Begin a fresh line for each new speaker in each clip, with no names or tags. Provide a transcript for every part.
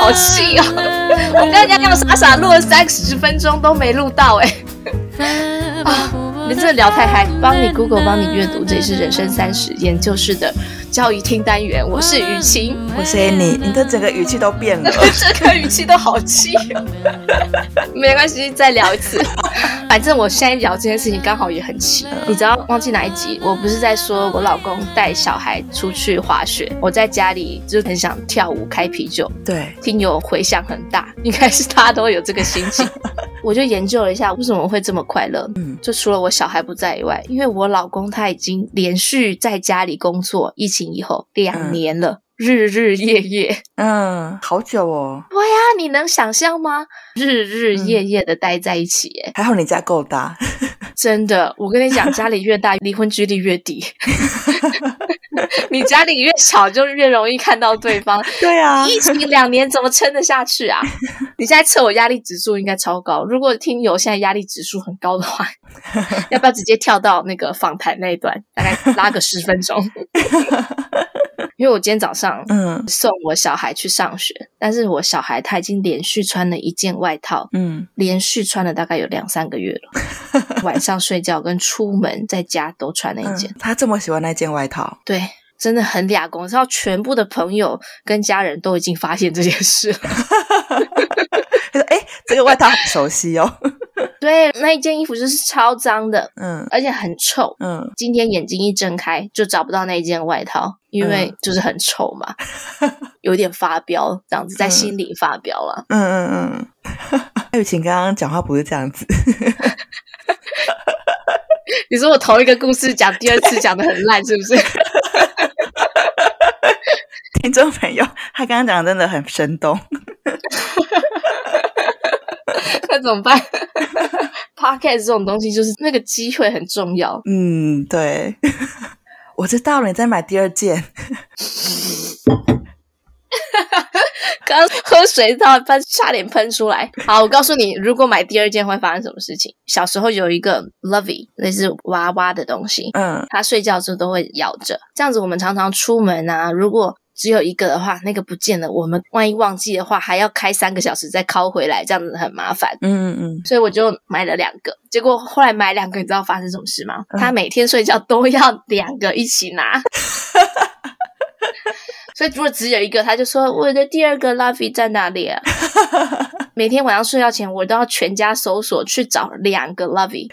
好 气哦！我们刚刚这样傻傻录了三十分钟都没录到哎、啊，
嗯
你们真的聊太嗨！帮你 Google，帮你阅读，这里是人生三十研究室的教育厅单元，我是雨晴。
嗯
我是 Annie，你的整个语气都变 了。
这个语气都好气、哦，没关系，再聊一次。反正我现在聊这件事情刚好也很气。你知道忘记哪一集？我不是在说我老公带小孩出去滑雪，我在家里就很想跳舞、开啤酒，
对，
听友回响很大， 应该是大家都有这个心 情。我就研究了一下为什么会这么快乐，
嗯
就除了我小孩不在以外，因为我老公他已经连续在家里工作，疫情以后两
嗯
年了，日日夜夜。
嗯，好久哦，
那你能想象吗？日日夜夜的待在一起、耶，
还好你家够大。
真的，我跟你讲，家里越大，离婚几率越 低。你家里越小，就越容易看到对方。
对啊，
疫情两年怎么撑得下去 啊？你现在测我压力指数应该超高。如果听友现在压力指数很高的话， 要不要直接跳到那个访谈那一段，大概拉个十分 钟？因为我今天早上
嗯
送我小孩去上学，但是我小孩他已经连续穿了一件外套，
嗯，
连续穿了大概有两三个月了，晚上睡觉跟出门在家都穿那一件，
嗯他这么喜欢那件外套，
对，真的很俩公。然后全部的朋友跟家人都已经发现这件事了。
他说：“哎，这个外套很熟悉哦。
对，那一件衣服就是超脏的，
嗯
而且很臭”。
嗯
今天眼睛一睁开就找不到那一件外套，因为就是很臭嘛，有点发飙，这样子在心里发飙啊了。
嗯嗯嗯。 雨晴刚刚讲话不是这样子，
你说我头一个故事讲第二次讲的很烂，是不 是？
听众朋友，他刚刚讲的真的很生动。
那怎么办？Podcast 这种东西就是那个机会很重要。
嗯，对， 我知道了，你在买第二件。
刚喝水到一半差点喷出来。好，我告诉你，如果买第二件会发生什么事情。小时候有一个 Lovey 类似娃娃的东西，
嗯
它睡觉的时候都会咬着。这样子，我们常常出门啊，如果只有一个的话，那个不见了，我们万一忘记的话，还要开三个小时再拷回来，这样子很麻烦。
嗯嗯
所以我就买了两个，结果后来买两个，你知道发生什么事吗？
嗯
他每天睡觉都要两个一起 拿，所以如果只有一个，他就说我的第二个 Lovey 在哪里、 啊？每天晚上睡觉前，我都要全家搜索去找两个 Lovey，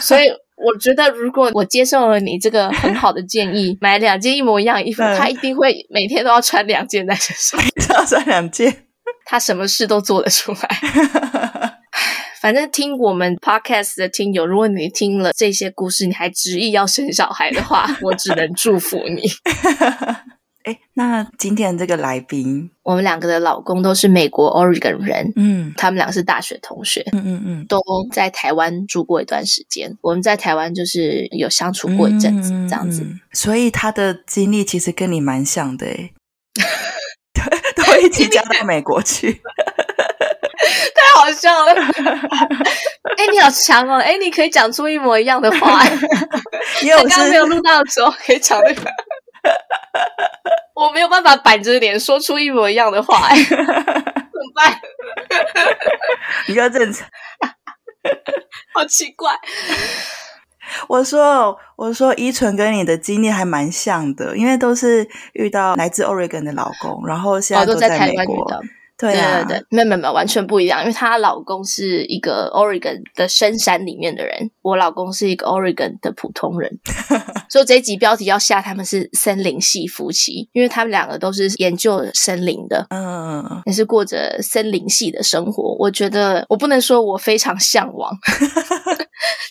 所以。我觉得，如果我接受了你这个很好的建 议，买两件一模一样的衣服，
嗯
他一定会每天都要穿两件在身上。
嗯，只要穿两件。
他什么事都做得出来。唉反正听我们 podcast 的听友，如果你听了这些故事，你还执意要生小孩的话，我只能祝福你。
哎，那今天这个来宾，
我们两个的老公都是美国 Oregon 人，
嗯
他们俩是大学同学，
嗯嗯嗯，
都在台湾住过一段时间。我们在台湾就是有相处过一阵子，
嗯
这样子。
嗯所以他的经历其实跟你蛮像的诶， 都都一起嫁到美国去。
太好笑了！ 哎、你好强哦！哎、你可以讲出一模一样的话、
因为
刚
我
刚没有
是
录到的时候可以讲那个， 我没有办法板着脸说出一模一样的话、哎，怎么办？
比较正常。
好奇 怪。
我说我说依纯跟你的经历还蛮像的，因为都是遇到来自 Oregon 的老公，然后现
我
在
哦都在
在
台
美
湾遇
国。
到，
对啊，
对对，没有没有没有，完全不一样，因为她老公是一个 Oregon 的深山里面的人，我老公是一个 Oregon 的普通 人，所以这一集标题要下他们是森林系夫妻，因为他们两个都是研究森林的，
嗯，嗯
也是过着森林系的生活。我觉得我不能说我非常向往，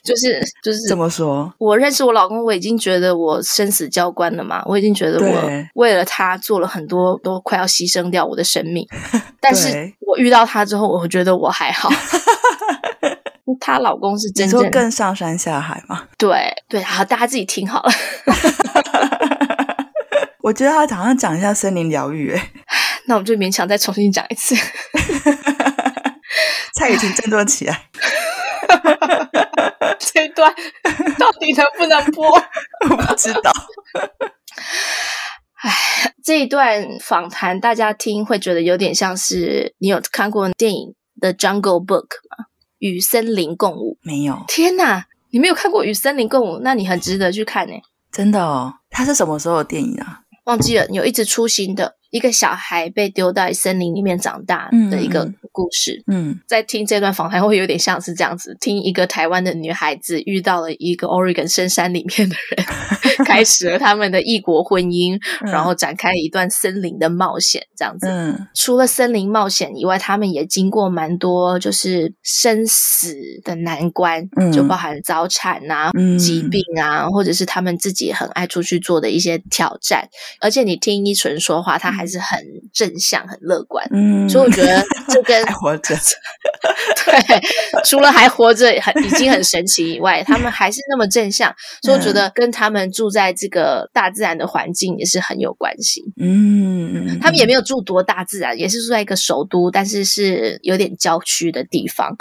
就是就是
怎么说？
我认识我老公，我已经觉得我生死交关了嘛，我已经觉得我
对
为了他做了很多，都快要牺牲掉我的生 命。但是
对
我遇到他之后，我觉得我还 好。她老公是
你
真
说
正
更上山下海吗？
对对，好，大家自己听好了。
我觉得他好像讲一下森林疗愈，欸 诶，
那我们就勉强再重新讲一次。
蔡雨晴振作起来，
这一 段到底能不能播？
我不知道。
这一段访谈大家听会觉得有点像是你有看过电影《The Jungle Book》吗？与森林共舞。
没有，
天哪，你没有看过《与森林共舞》，那你很值得去看呢、
真的哦。它是什么时候的电影啊？
忘记了，有一直出新的，一个小孩被丢在森林里面长大的一个
嗯
故事。
嗯，
在听这段访谈会有点像是这样子，听一个台湾的女孩子遇到了一个 Oregon 深山里面的人， 开始了他们的异国婚姻，
嗯
然后展开一段森林的冒险，这样子。
嗯
除了森林冒险以外，他们也经过蛮多就是生死的难关，
嗯
就包含早产啊、
嗯
疾病啊，或者是他们自己很爱出去做的一些挑战。而且你听依纯说话，她还是很正向、很乐观，
嗯，
所以我觉得这 跟
还活 着，
对，除了还活着很已经很神奇以外，他们还是那么正向，所
嗯
以我觉得跟他们住在这个大自然的环境也是很有关系。
嗯，嗯
他们也没有住多大自然，也是住在一个首都，但是是有点郊区的地方。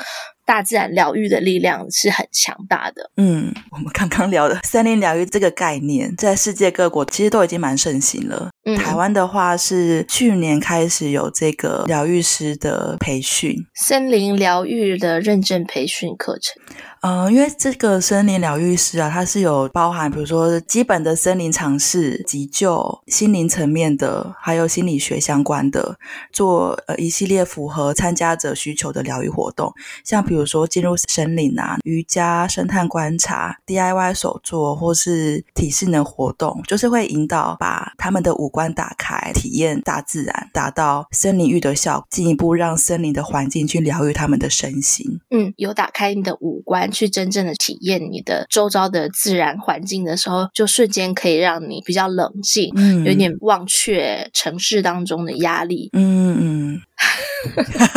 大自然疗愈的力量是很强大的，
嗯，我们刚刚聊的森林疗愈这个概念，在世界各国其实都已经蛮盛行了。
嗯
台湾的话是去年开始有这个疗愈师的培训，
森林疗愈的认证培训课程。
呃，因为这个森林疗愈师啊，它是有包含，比如说基本的森林常识、急救、心灵层面的，还有心理学相关的，做呃一系列符合参加者需求的疗愈活动，像比如说进入森林啊、瑜伽、生态观察、DIY 手作或是体适能活动，就是会引导把他们的五官打开，体验大自然，达到森林浴的效果，进一步让森林的环境去疗愈他们的身心。
嗯，有打开你的五官，去真正的体验你的周遭的自然环境的时候，就瞬间可以让你比较冷静，
嗯
有点忘却城市当中的压力，
嗯嗯，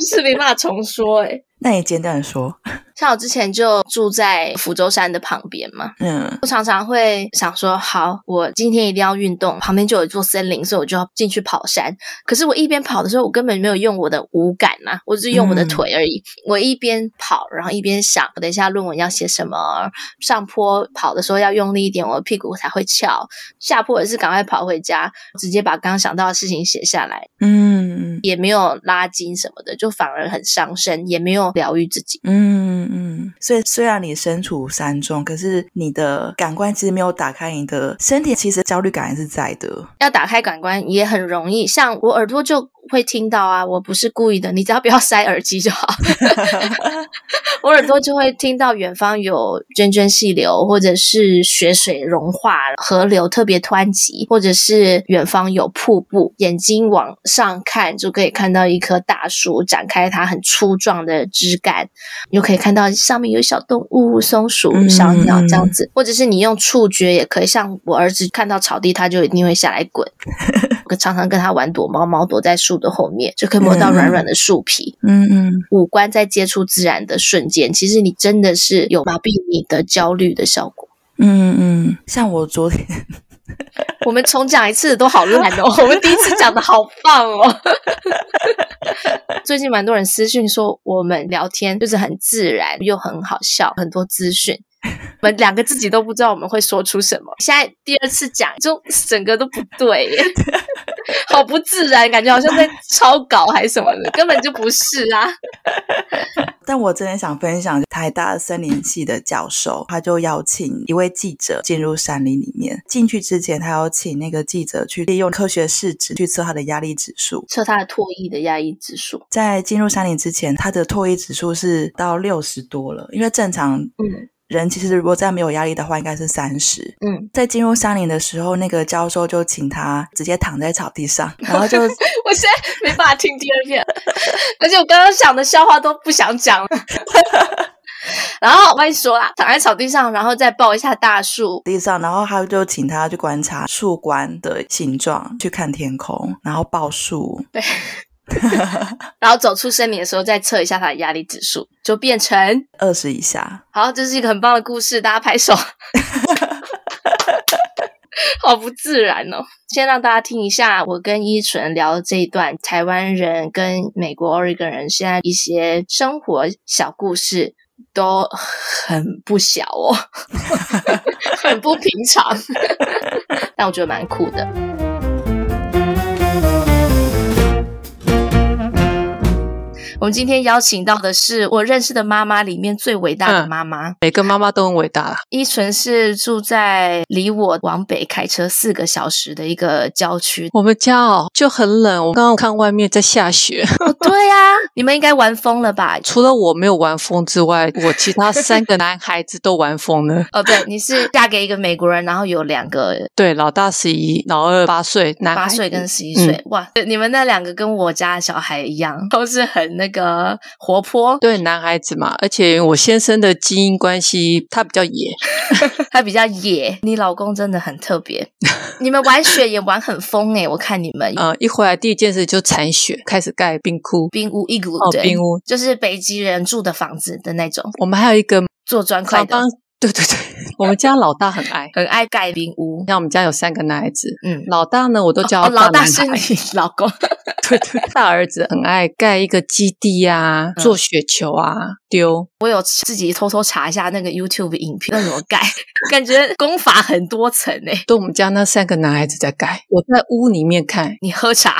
是没办法重说欸诶、
那你简单地说，
像我之前就住在福州山的旁边嘛，
嗯
我常常会想说，好，我今天一定要运动，旁边就有一座森林，所以我就要进去跑山。可是我一边跑的时候，我根本没有用我的五感呐、我只是用我的
嗯
腿而已。我一边跑，然后一边想，等一下论文要写什么，上坡跑的时候要用力一点，我的屁股才会翘；下坡也是赶快跑回家，直接把刚刚想到的事情写下来，
嗯
也没有拉筋什么的，就反而很伤身，也没有疗愈自己。
嗯嗯，所以虽然你身处山中，可是你的感官其实没有打开，你的身体其实焦虑感还是在的。
要打开感官也很容易，像我耳朵就会听到啊，我不是故意的，你只要不要塞耳机就好。 我耳朵就会听到远方有涓涓细流，或者是雪水融化，河流特别湍急，或者是远方有瀑布，眼睛往上看就可以看到一棵大树展开它很粗壮的枝干，你就可以看到上面有小动物，松鼠、
嗯
小鸟
嗯
这样子，或者是你用触觉也可以，像我儿子看到草地，他就一定会下来滚。我常常跟他玩躲猫猫，躲在树的后面，就可以摸到软软的树皮。
嗯嗯
五官在接触自然的瞬间，其实你真的是有麻痹你的焦虑的效果。
嗯嗯，像我昨天，
我们重讲一次都好烂哦，我们第一次讲的好棒哦。 最近蛮多人私讯说我们聊天就是很自然又很好笑，很多资讯。我们两个自己都不知道我们会说出什么，现在第二次讲就整个都不对耶，好不自然，感觉好像在 抄稿还是什么的，根本就不是啊。
但我真的想分享台大森林系的教授，他就邀请一位记者进入山林里面。进去之前，他要请那个记者去利用科学试纸去测他的压力指数。
测他的唾液的压抑指数，
在进入山林之前，他的唾液指数是到六十多了，因为正常
嗯
人其实如果在没有压力的话，应该是三十。
嗯，
在进入山林的时候，那个教授就请他直接躺在草地上，然后 就
我现在没办法听第二遍， 而且我刚刚想的笑话都不想讲了。 然后我跟你说啦，躺在草地上，然后再抱一下大树，
地上，然后他就请他去观察树冠的形状，去看天空，然后抱树。
然后走出森林的时候再测一下它的压力指数，就变成
二十以下，
好，这是一个很棒的故事，大家拍手。 好不自然哦！先让大家听一下我跟依纯聊的这一段台湾人跟美国 Oregon 人现在一些生活小故事，都很不小 哦，很不平常，但我觉得蛮酷的。我们今天邀请到的是我认识的妈妈里面最伟大的妈妈。
每个妈妈都很伟大啦。
依纯是住在离我往北开车四个小时的一个郊区。
我们家哦就很冷，我刚刚看外面在下雪。
哦，对呀、你们应该玩疯了吧？
除了我没有玩疯之外，我其他三个男孩子都玩疯了。
哦，对，你是嫁给一个美国人，然后有两个
对，老大十一，老二八岁，男
八
孩子嗯
岁跟十一岁，哇，对你们那两个跟我家的小孩一样，都是很那个活泼，
对男孩子嘛，而且我先生的基因关系，他比较野，
他比较野。你老公真的很特别， 你们玩雪也玩很疯诶、欸我看你们
呃，一回来第一件事就铲雪，开始盖冰窟，
冰屋一股
哦，
对，
冰屋。
就是北极人住的房子的那种，
我们还有一个
做砖块
常
的
帮，，对对对， 我们家老大很爱。
很爱盖冰屋。
像我们家有三个男孩子，
嗯，
老大呢，我都叫
哦，
他
老大
男
是
孩
你老公，
对对， 大儿子很爱盖一个基地啊，
嗯
做雪球啊，丢。
我有自己偷偷查一下那个 YouTube 影片要怎么盖， 感觉功法很多层欸诶、
都我们家那三个男孩子在盖，我在屋里面看，
你喝茶，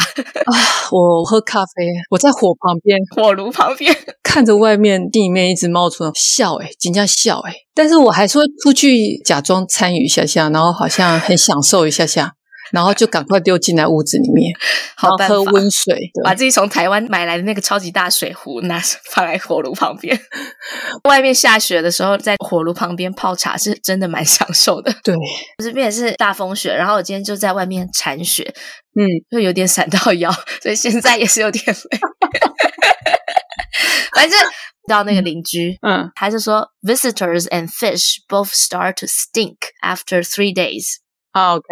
我喝咖啡，我在火旁边
火炉旁边，
看着外面地里面一直冒出笑哎、欸，惊叫笑哎、但是我还是会出去假装参与一下下，然后好像很享受一下下，然后就赶快丢进来屋子里面，
好
然后
办
喝
法。啊
温水。
把自己从台湾买来的那个超级大水壶拿 放在火炉旁边，外面下雪的时候在火炉旁边泡茶是真的蛮享受的。
对，
我这边也是大风雪，然后我今天就在外面铲雪，
嗯，
就有点闪到腰，所以现在也是有点 累。反正到那个邻居，
嗯，
他就说，visitors and fish both start to stink after three days。
好，OK，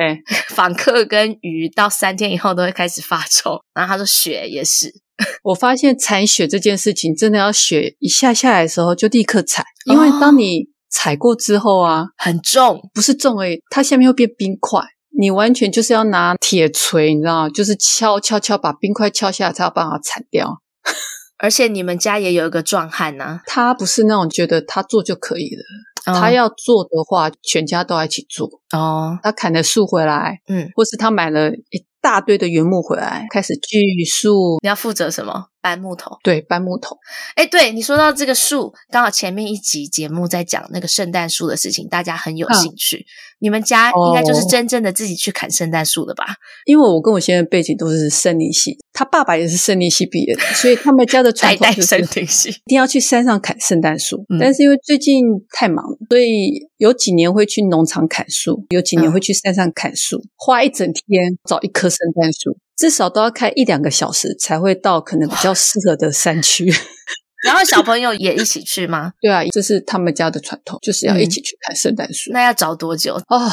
访客跟鱼到三天以后都会开始发臭，然后他说雪也是，
我发现铲雪这件事情真的要雪一下下来的时候就立刻铲，因为当你踩过之后啊，
很重，
不是重而已，它下面会变冰块。你完全就是要拿铁锤，你知道吗？就是敲敲敲，把冰块敲下来，才有办法铲掉。
而且你们家也有一个壮汉啊哦呐、
他不是那种觉得他做就可以了，他要做的话，全家都要一起做。
哦，
他砍了树回来，
嗯，
或是他买了一大堆的原木回来，开始锯树，
你要负责什么？搬木头。
对，搬木头。
哎，对你说到这个树，刚好前面一集节目在讲那个圣诞树的事情，大家很有
嗯
兴趣。你们家应该就是
哦
真正的自己去砍圣诞树的 吧？
因为我跟我先生背景都是生理系，他爸爸也是生理系毕 业的，所以他们家的传
代
统
代
就是
生灵系。
一定要去山上砍圣诞树，
嗯
但是因为最近太忙了，所以有几年会去农场砍树，有几
嗯
年会去山上砍树，花一整天找一棵圣诞树，至少都要开一两个小时才会到可能比较适合的山区。
然后小朋友也一起去吗？
对啊，这是他们家的传统，就是
嗯
要一起去砍圣诞树
那要找多久？
啊。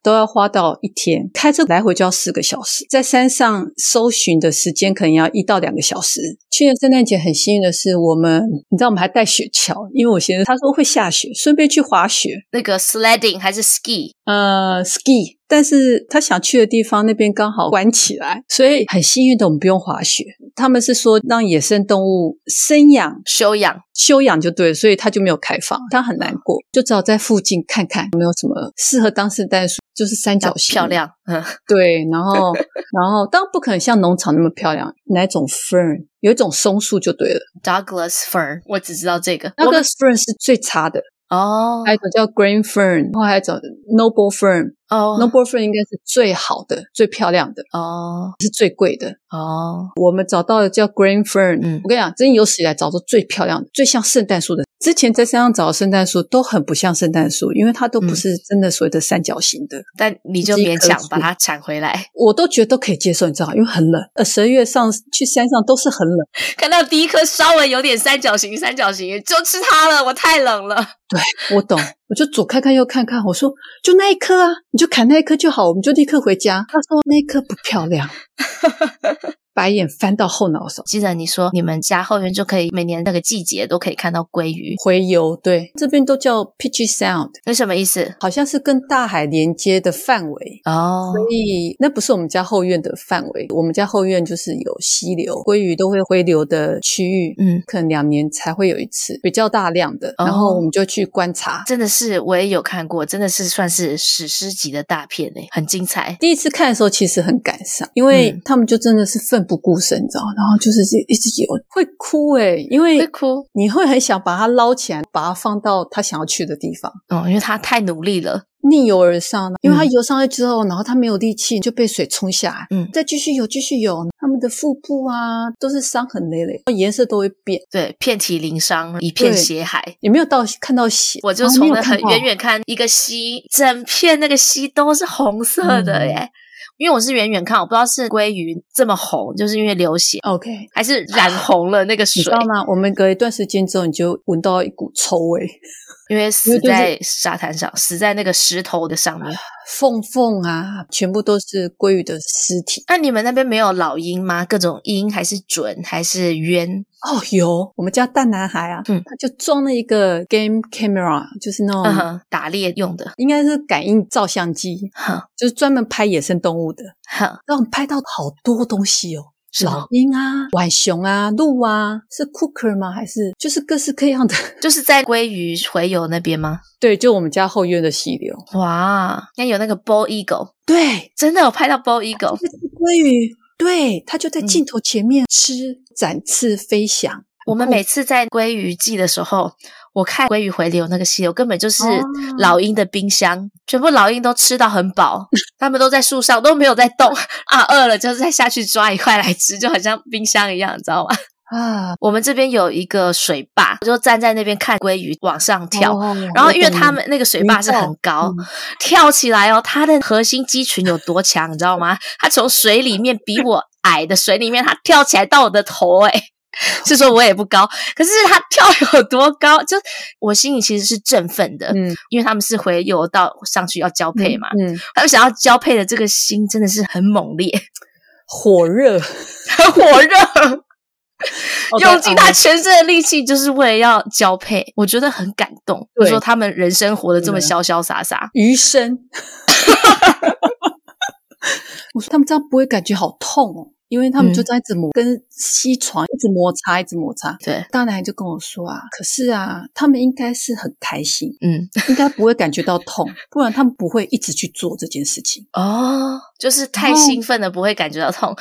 都要花到一天，开车来回就要四个小时，在山上搜寻的时间可能要一到两个小时。去年圣诞节很幸运的是，我们你知道我们还带雪橇，因为我先生他说会下雪，顺便去滑雪，
那个 sledding 还是 ski？
呃，ski。但是他想去的地方那边刚好关起来，所以很幸运的我们不用滑雪。他们是说让野生动物生养
修养
修养就对了，所以他就没有开放，他很难过，就只好在附近看看有没有什么适合当圣诞树，就是三角形
漂亮，嗯，
对，然后然后当然不可能像农场那么漂亮，哪种 fern 有一种松树就对了，
Douglas fir，我只知道这哦个。
那
我
个
们
fern 是最差的，
哦
还有一种叫 green fern，然后还有一种 noble fern，noble
哦
fern 应该是最好的、最漂亮的，
哦
是最贵的。
哦，
我们找到的叫 green fern，、
嗯
我跟你讲，真有史以来找到最漂亮、最像圣诞树的。之前在山上找的圣诞树都很不像圣诞树，因为它
嗯
都不是真的所谓的三角形的，
但你就
自己
勉
可
强
数
把它铲回来。
我都觉得都可以接受，你知道吗，因为很冷，呃，十二月上去山上都是很冷。
看到第一颗稍微有点三角形，三角形就吃它了，我太冷了。
我懂，我就左看看右看看，我说就那一颗啊，你就砍那一颗就好，我们就立刻回家。他说那一颗不漂亮，白眼翻到后脑勺。
记得你说你们家后院就可以每年那个季节都可以看到鲑鱼，
回游，对，这边都叫 Pitchy Sound，
那什么意思？
好像是跟大海连接的范围。
哦，
所以那不是我们家后院的范围，我们家后院就是有溪流，鲑鱼都会回流的区域，
嗯，
可能两年才会有一次比较大量的，然后我们就去观察。
真的是我也有看过，真的是算是史诗级的大片诶、很精彩。
第一次看的时候其实很感伤，因为
嗯
他们就真的是奋不顾身，你知道吗，然后就是一直游，会哭诶、因
会
为
哭
你会很想把它捞起来，把它放到他想要去的地方。
哦，因为他太努力了，
逆游而
嗯
上，因为他游上去之后，然后他没有力气，就被水冲下来，
嗯
再继续游，继续游，他们的腹部啊都是伤痕累累，颜色都会变，
对，遍体鳞伤，一片
对
血海。
也没有到看到血，
我就
然后
从
没有
那
看
很
到
远远看一个溪，整片那个溪都是红色的
嗯
耶。因为我是远远看，我不知道是鲑鱼这么红，就是因为流血，
OK，
还是染红了那个
啊你知
水，
道吗？我们隔一段时间之后，你就闻到一股臭味，
因为死
因为就是
在沙滩上，死在那个石头的上面。
缝缝啊，全部都是鲑鱼的尸体。
那你们那边没有老鹰吗？各种鹰还是准还是鸢？
哦，有我们家大男孩啊，
嗯
他就装了一个 game camera，就是那种、
嗯哼，打猎用的。
应该是感应照相机，
哼
就是专门拍野生动物的。
哼，
让我们拍到好多东西哦，
是吗
老鹰啊、浣熊啊、鹿啊，是 cooker 吗？还是就是各式各样的？
就是在鲑鱼洄游那边吗？
对，就我们家后院的溪流。
哇，那有那个 bald eagle，
对，
真的有拍到 bald eagle，
这只鲑鱼，对，它就在
嗯
镜头前面吃、展翅飞翔。
我们每次在鲑鱼季的时候，我看鲑鱼回流那个溪流，根本就是
哦
老鹰的冰箱，全部老鹰都吃到很饱，它们都在树上都没有在动 啊，饿了就是再下去抓一块来吃，就好像冰箱一样，你知道吗？
啊，
我们这边有一个水坝，我就站在那边看鲑鱼往上跳。
哦
然后，因为
我懂
它
了
们那个水坝是很
嗯
高，跳起来哦，它的核心肌群有多强，你知道吗？它从水里面比我矮的水里面，它跳起来到我的头、诶 是说我也不高，可是它跳有多高，就我心里其实是振奋的，
嗯，
因为他们是回游到上去要交配嘛，
嗯，嗯
他们想要交配的这个心真的是很猛烈，
火热，
很火热， 用尽他
它
全身的力气，就是为了要交配，我觉得很感动。就
对
说他们人生活得这么潇潇洒洒，
余生。 我说他们这样不会感觉好痛哦，因为他们
嗯
就在一直磨、跟吸床一直摩擦，一直摩擦。
对，
大男孩就跟我说啊，可是啊，他们应该是很开心，
嗯，
应该不会感觉到痛，不然他们不会一直去做这件事情。
哦，就是太
哦
兴奋了，不会感觉到痛。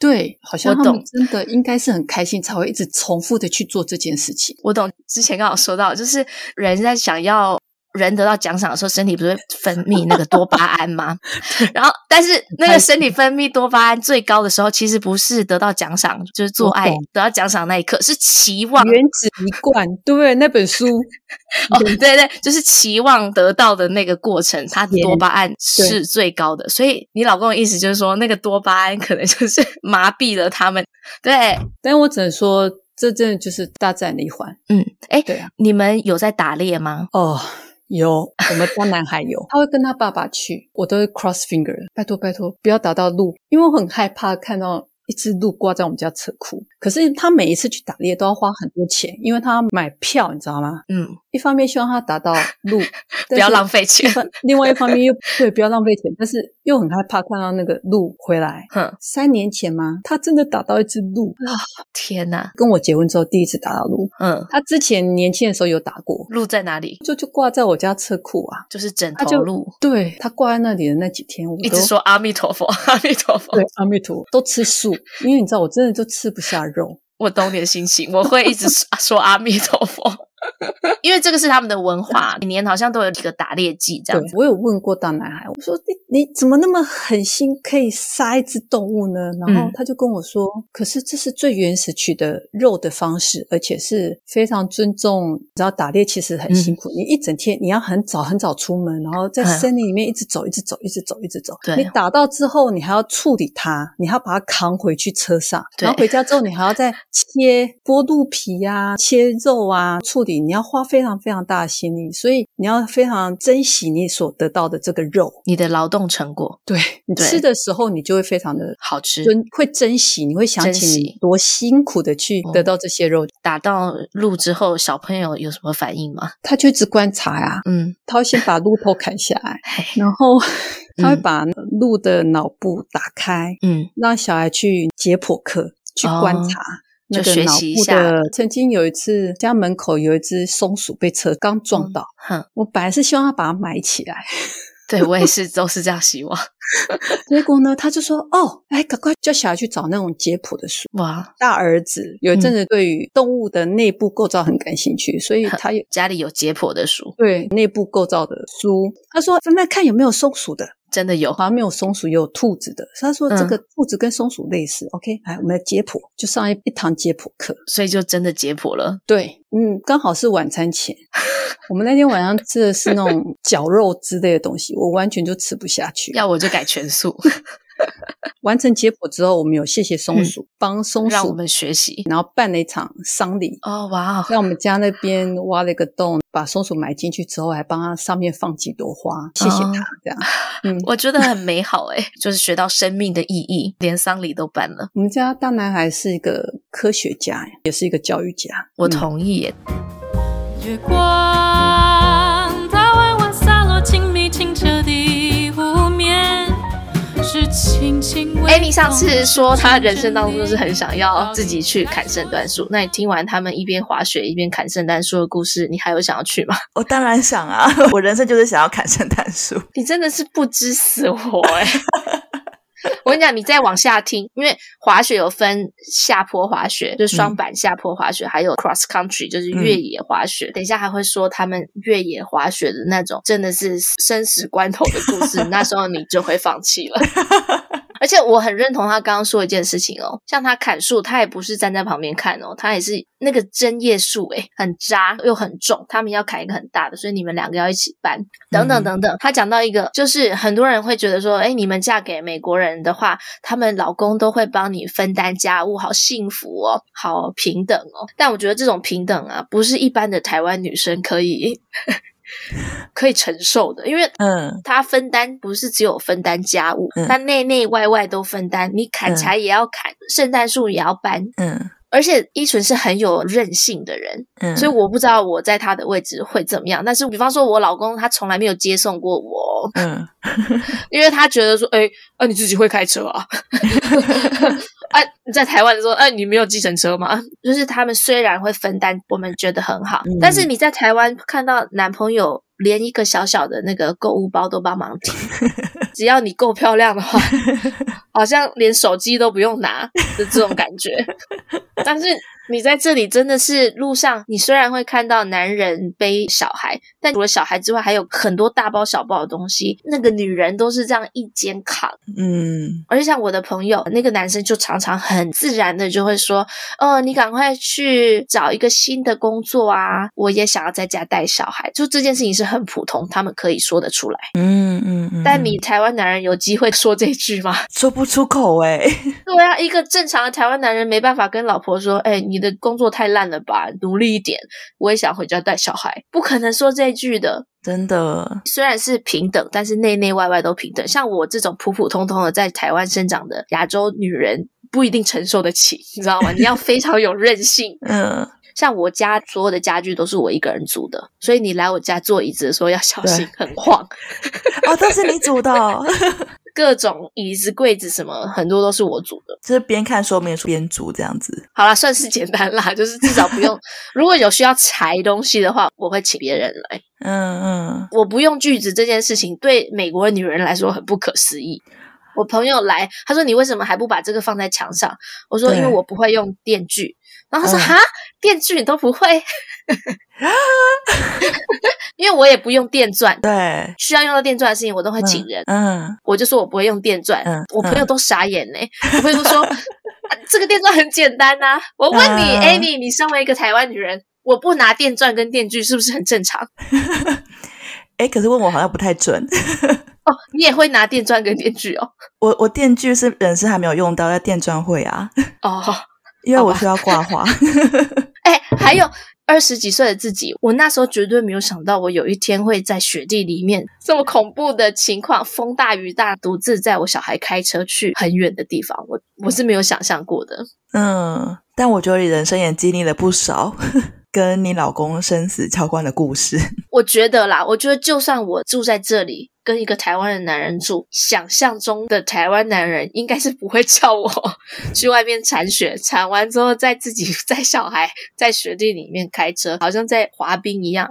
对，好像
我
他
懂
们真的应该是很开心，才会一直重复的去做这件事情。
我懂，之前刚好说到，就是人在想要人得到奖赏的时候，身体不是会分泌那个多巴胺吗？ 然后，但是那个身体分泌多巴胺最高的时候，其实不是得到奖赏，就是做爱
我懂
得到奖赏那一刻，是期望。
原子一贯，对那本书，
哦，对对，就是期望得到的那个过程，它的
也
多巴胺是最高的。所以你老公的意思就是说，那个多巴胺可能就是 麻痹了他们。对，
但我只能说，这真的就是大自然的一环。
嗯，哎，
对啊，
你们有在打猎吗？
哦，有，我们家男孩 有，他会跟他爸爸去，我都会 cross finger，拜托拜托，不要打到鹿，因为我很害怕看到一只鹿挂在我们家车库。可是他每一次去打猎都要花很多钱，因为他要买票，你知道吗？
嗯，
一方面希望他打到 鹿，
不要浪
费。
费钱。
另外一方面又对，不要浪费钱，但是又很害怕看到那个鹿回来。
哼，
三年前嘛，他真的打到一只鹿，
天哪，
跟我结婚之后第一次打到鹿。
嗯，
他之前年轻的时候有打过，
鹿在哪里？
就就挂在我家车库啊。
就是枕
他就
头鹿，
对他挂在那里的那几天，我
一
都
直说哦阿弥陀佛，阿弥陀佛。
对阿弥陀佛都吃素，因为你知道我真的就吃不下肉。
我懂你的心情，我会一直说 说阿弥陀佛，因为这个是他们的文化，每年好像都有一个打猎季这
对
样子。，
我有问过大男孩，我说你你怎么那么狠心可以杀一只动物呢？然后
嗯
他就跟我说，可是这是最原始取得肉的方式，而且是非常尊重。你知道打猎其实很辛苦，你一整天你要很早很早出门，然后在
嗯
森林里面一直走，一直走，一直走，一直走。
对
你打到之后，你还要处理它，你还要把它扛回去车上，
对
然后回家之后，你还要再切剥肚皮啊、切肉啊、处理理，你要花非常非常大的心力，所以你要非常珍惜你所得到的这个肉。
你的劳动成果
对你
对
吃的时候，你就会非常的
好吃，
珍，会珍惜，你会想起
珍惜哦
你多辛苦的去得到这些肉。
打到路之后，小朋友有什么反应吗？
他就一直观察呀、
嗯，
他会先把鹿头砍下 来，
嘿
然后 他会
嗯
把鹿的脑部打开，
嗯，
让小孩去解剖课去观察。那
哦就
个
学
脑
习一
部
下
的，曾经有一次家门口有一只松鼠被车刚撞
嗯
到，
哼，
我本来是希望他把它埋起来，
对我也是，都是这样希望。
结果呢，他就说：“哦，哎，赶快叫小孩去找那种解剖的书。”
哇，
大儿子有一
嗯
阵子对于动物的内部构造很感兴趣，所以他也
家里有解剖的书，
对内部构造的书。他说：“翻翻看有没有松鼠的，
真的有
好像没有松鼠，也有兔子的。”他说：“
嗯
这个兔子跟松鼠类似。”OK，来我们来解剖，就上一一堂解剖课。
所以就真的解剖了。
对，嗯，刚好是晚餐前。我们那天晚上吃的是 那种绞肉之类的东西，我完全就吃不下去。
要我就改全 素，
完成解剖之后，我们有谢谢松鼠，帮松
嗯让我
鼠，
们学习。
然后办了一场丧礼。
哦，哇哦，
在我们家那边挖了一个洞，把松鼠埋进去之后，还帮它上面放几朵花，谢谢它。
哦
这样，嗯，
我觉得很美好哎、 就是学到生命的意义，连丧礼都办了。
我们家大男孩是一个科学家，也是一个教育家。
我
嗯
同意耶，
月光，它弯弯洒落静谧清澈的湖面，是轻轻微动。
艾米上次说她人生当中就是很想要自己去砍圣诞树，那你听完他们一边滑雪一边砍圣诞树的故事，你还有想要去吗？
我当然想啊， 我人生就是想要砍圣诞树。
你真的是不知死活哎、 我跟你讲，你再往下听，因为滑雪有分下坡滑雪，就是双板下坡滑雪，还有 cross country，就是越野滑雪。等一下还会说他们越野滑雪的那种真的是生死关头的故事，那时候你就会放弃了。而且我很认同他刚刚说一件事情哦，像他砍树，他也不是站在旁边看哦，他也是那个针叶树诶，很扎又很重，他们要砍一个很大的，所以你们两个要一起搬，等等等等。他讲到一个，就是很多人会觉得说，哎，你们嫁给美国人的话，他们老公都会帮你分担家务，好幸福哦，好平等哦。但我觉得这种平等啊，不是一般的台湾女生可以 可以承受的，因为
嗯，
他分担不是只有分担家务，
嗯
他内内外外都分担。你砍
嗯
柴也要砍，圣诞树也要搬。
嗯
而且依纯是很有韧性的人，
嗯，
所以我不知道我在他的位置会怎么样。但是，比方说，我老公他从来没有接送过我，
嗯
因为他觉得说，哎、啊，你自己会开车啊？ 啊，在台湾的时候，哎、你没有计程车吗？就是他们虽然会分担，我们觉得很好，
嗯
但是你在台湾看到男朋友连一个小小的那个购物包都帮忙提，只要你够漂亮的话，好像连手机都不用拿的这种感觉。但是你在这里真的是路上，你虽然会看到男人背小孩，但除了小孩之外，还有很多大包小包的东西。那个女人都是这样一肩扛，
嗯
而且像我的朋友，那个男生就常常很自然的就会说：“哦，你赶快去找一个新的工作啊！我也想要在家带小孩。”就这件事情是很普通，他们可以说得出来。
嗯嗯嗯，
但你台湾男人有机会说这句吗？
说不出口哎、
对啊，一个正常的台湾男人没办法跟老婆说：“哎、你的工作太烂了吧，努力一点，我也想回家带小孩。”不可能说这一句的。
真的，
虽然是平等，但是内内外外都平等。像我这种普普通通的在台湾生长的亚洲女人，不一定承受得起，你知道吗？你要非常有韧性。
嗯，
像我家所有的家具都是我一个人租的，所以你来我家坐椅子的时候要小心，很晃。
哦，都是你煮的哦，
各种椅子、柜子什么，很多都是我组的。
就是边看说明书边煮这样子。
好啦，算是简单啦，就是至少不用。如果有需要裁东西的话，我会请别人来。
嗯嗯，
我不用锯子这件事情，对美国女人来说很不可思议。我朋友来，他说：“你为什么还不把这个放在墙上？”我说：“
对
因为我不会用电锯。”然后他说：“
嗯
哈、电锯你都不会？ 因为我也不用电钻，
对，
需要用到电钻的事情我都会
嗯
请人。
嗯，
我就说我不会用电钻，
嗯
我朋友都傻眼呢、我朋友都说、啊这个电钻很简单呐、我问你、
嗯
a m y 你身为一个台湾女人，我不拿电钻跟电锯是不是很正常？
哎、可是问我好像不太准。
哦，你也会拿电钻跟电锯哦？
我我电锯是人是还没有用到，要电钻会啊，
哦，
因为
好
我
吧
需要挂花。
哎，还有。二十几岁的自己，我那时候绝对没有想到，我有一天会在雪地里面这么恐怖的情况，风大雨大，独自在我小孩开车去很远的地方，我我是没有想象过的。
嗯，但我觉得你人生也经历了不少跟你老公生死交关的故事。
我觉得啦，我觉得就算我住在这里，跟一个台湾的男人住，想象中的台湾男人应该是不会叫我 去外面铲雪，铲完之后再自己 带小孩在雪地里面开车，好像在滑冰一样，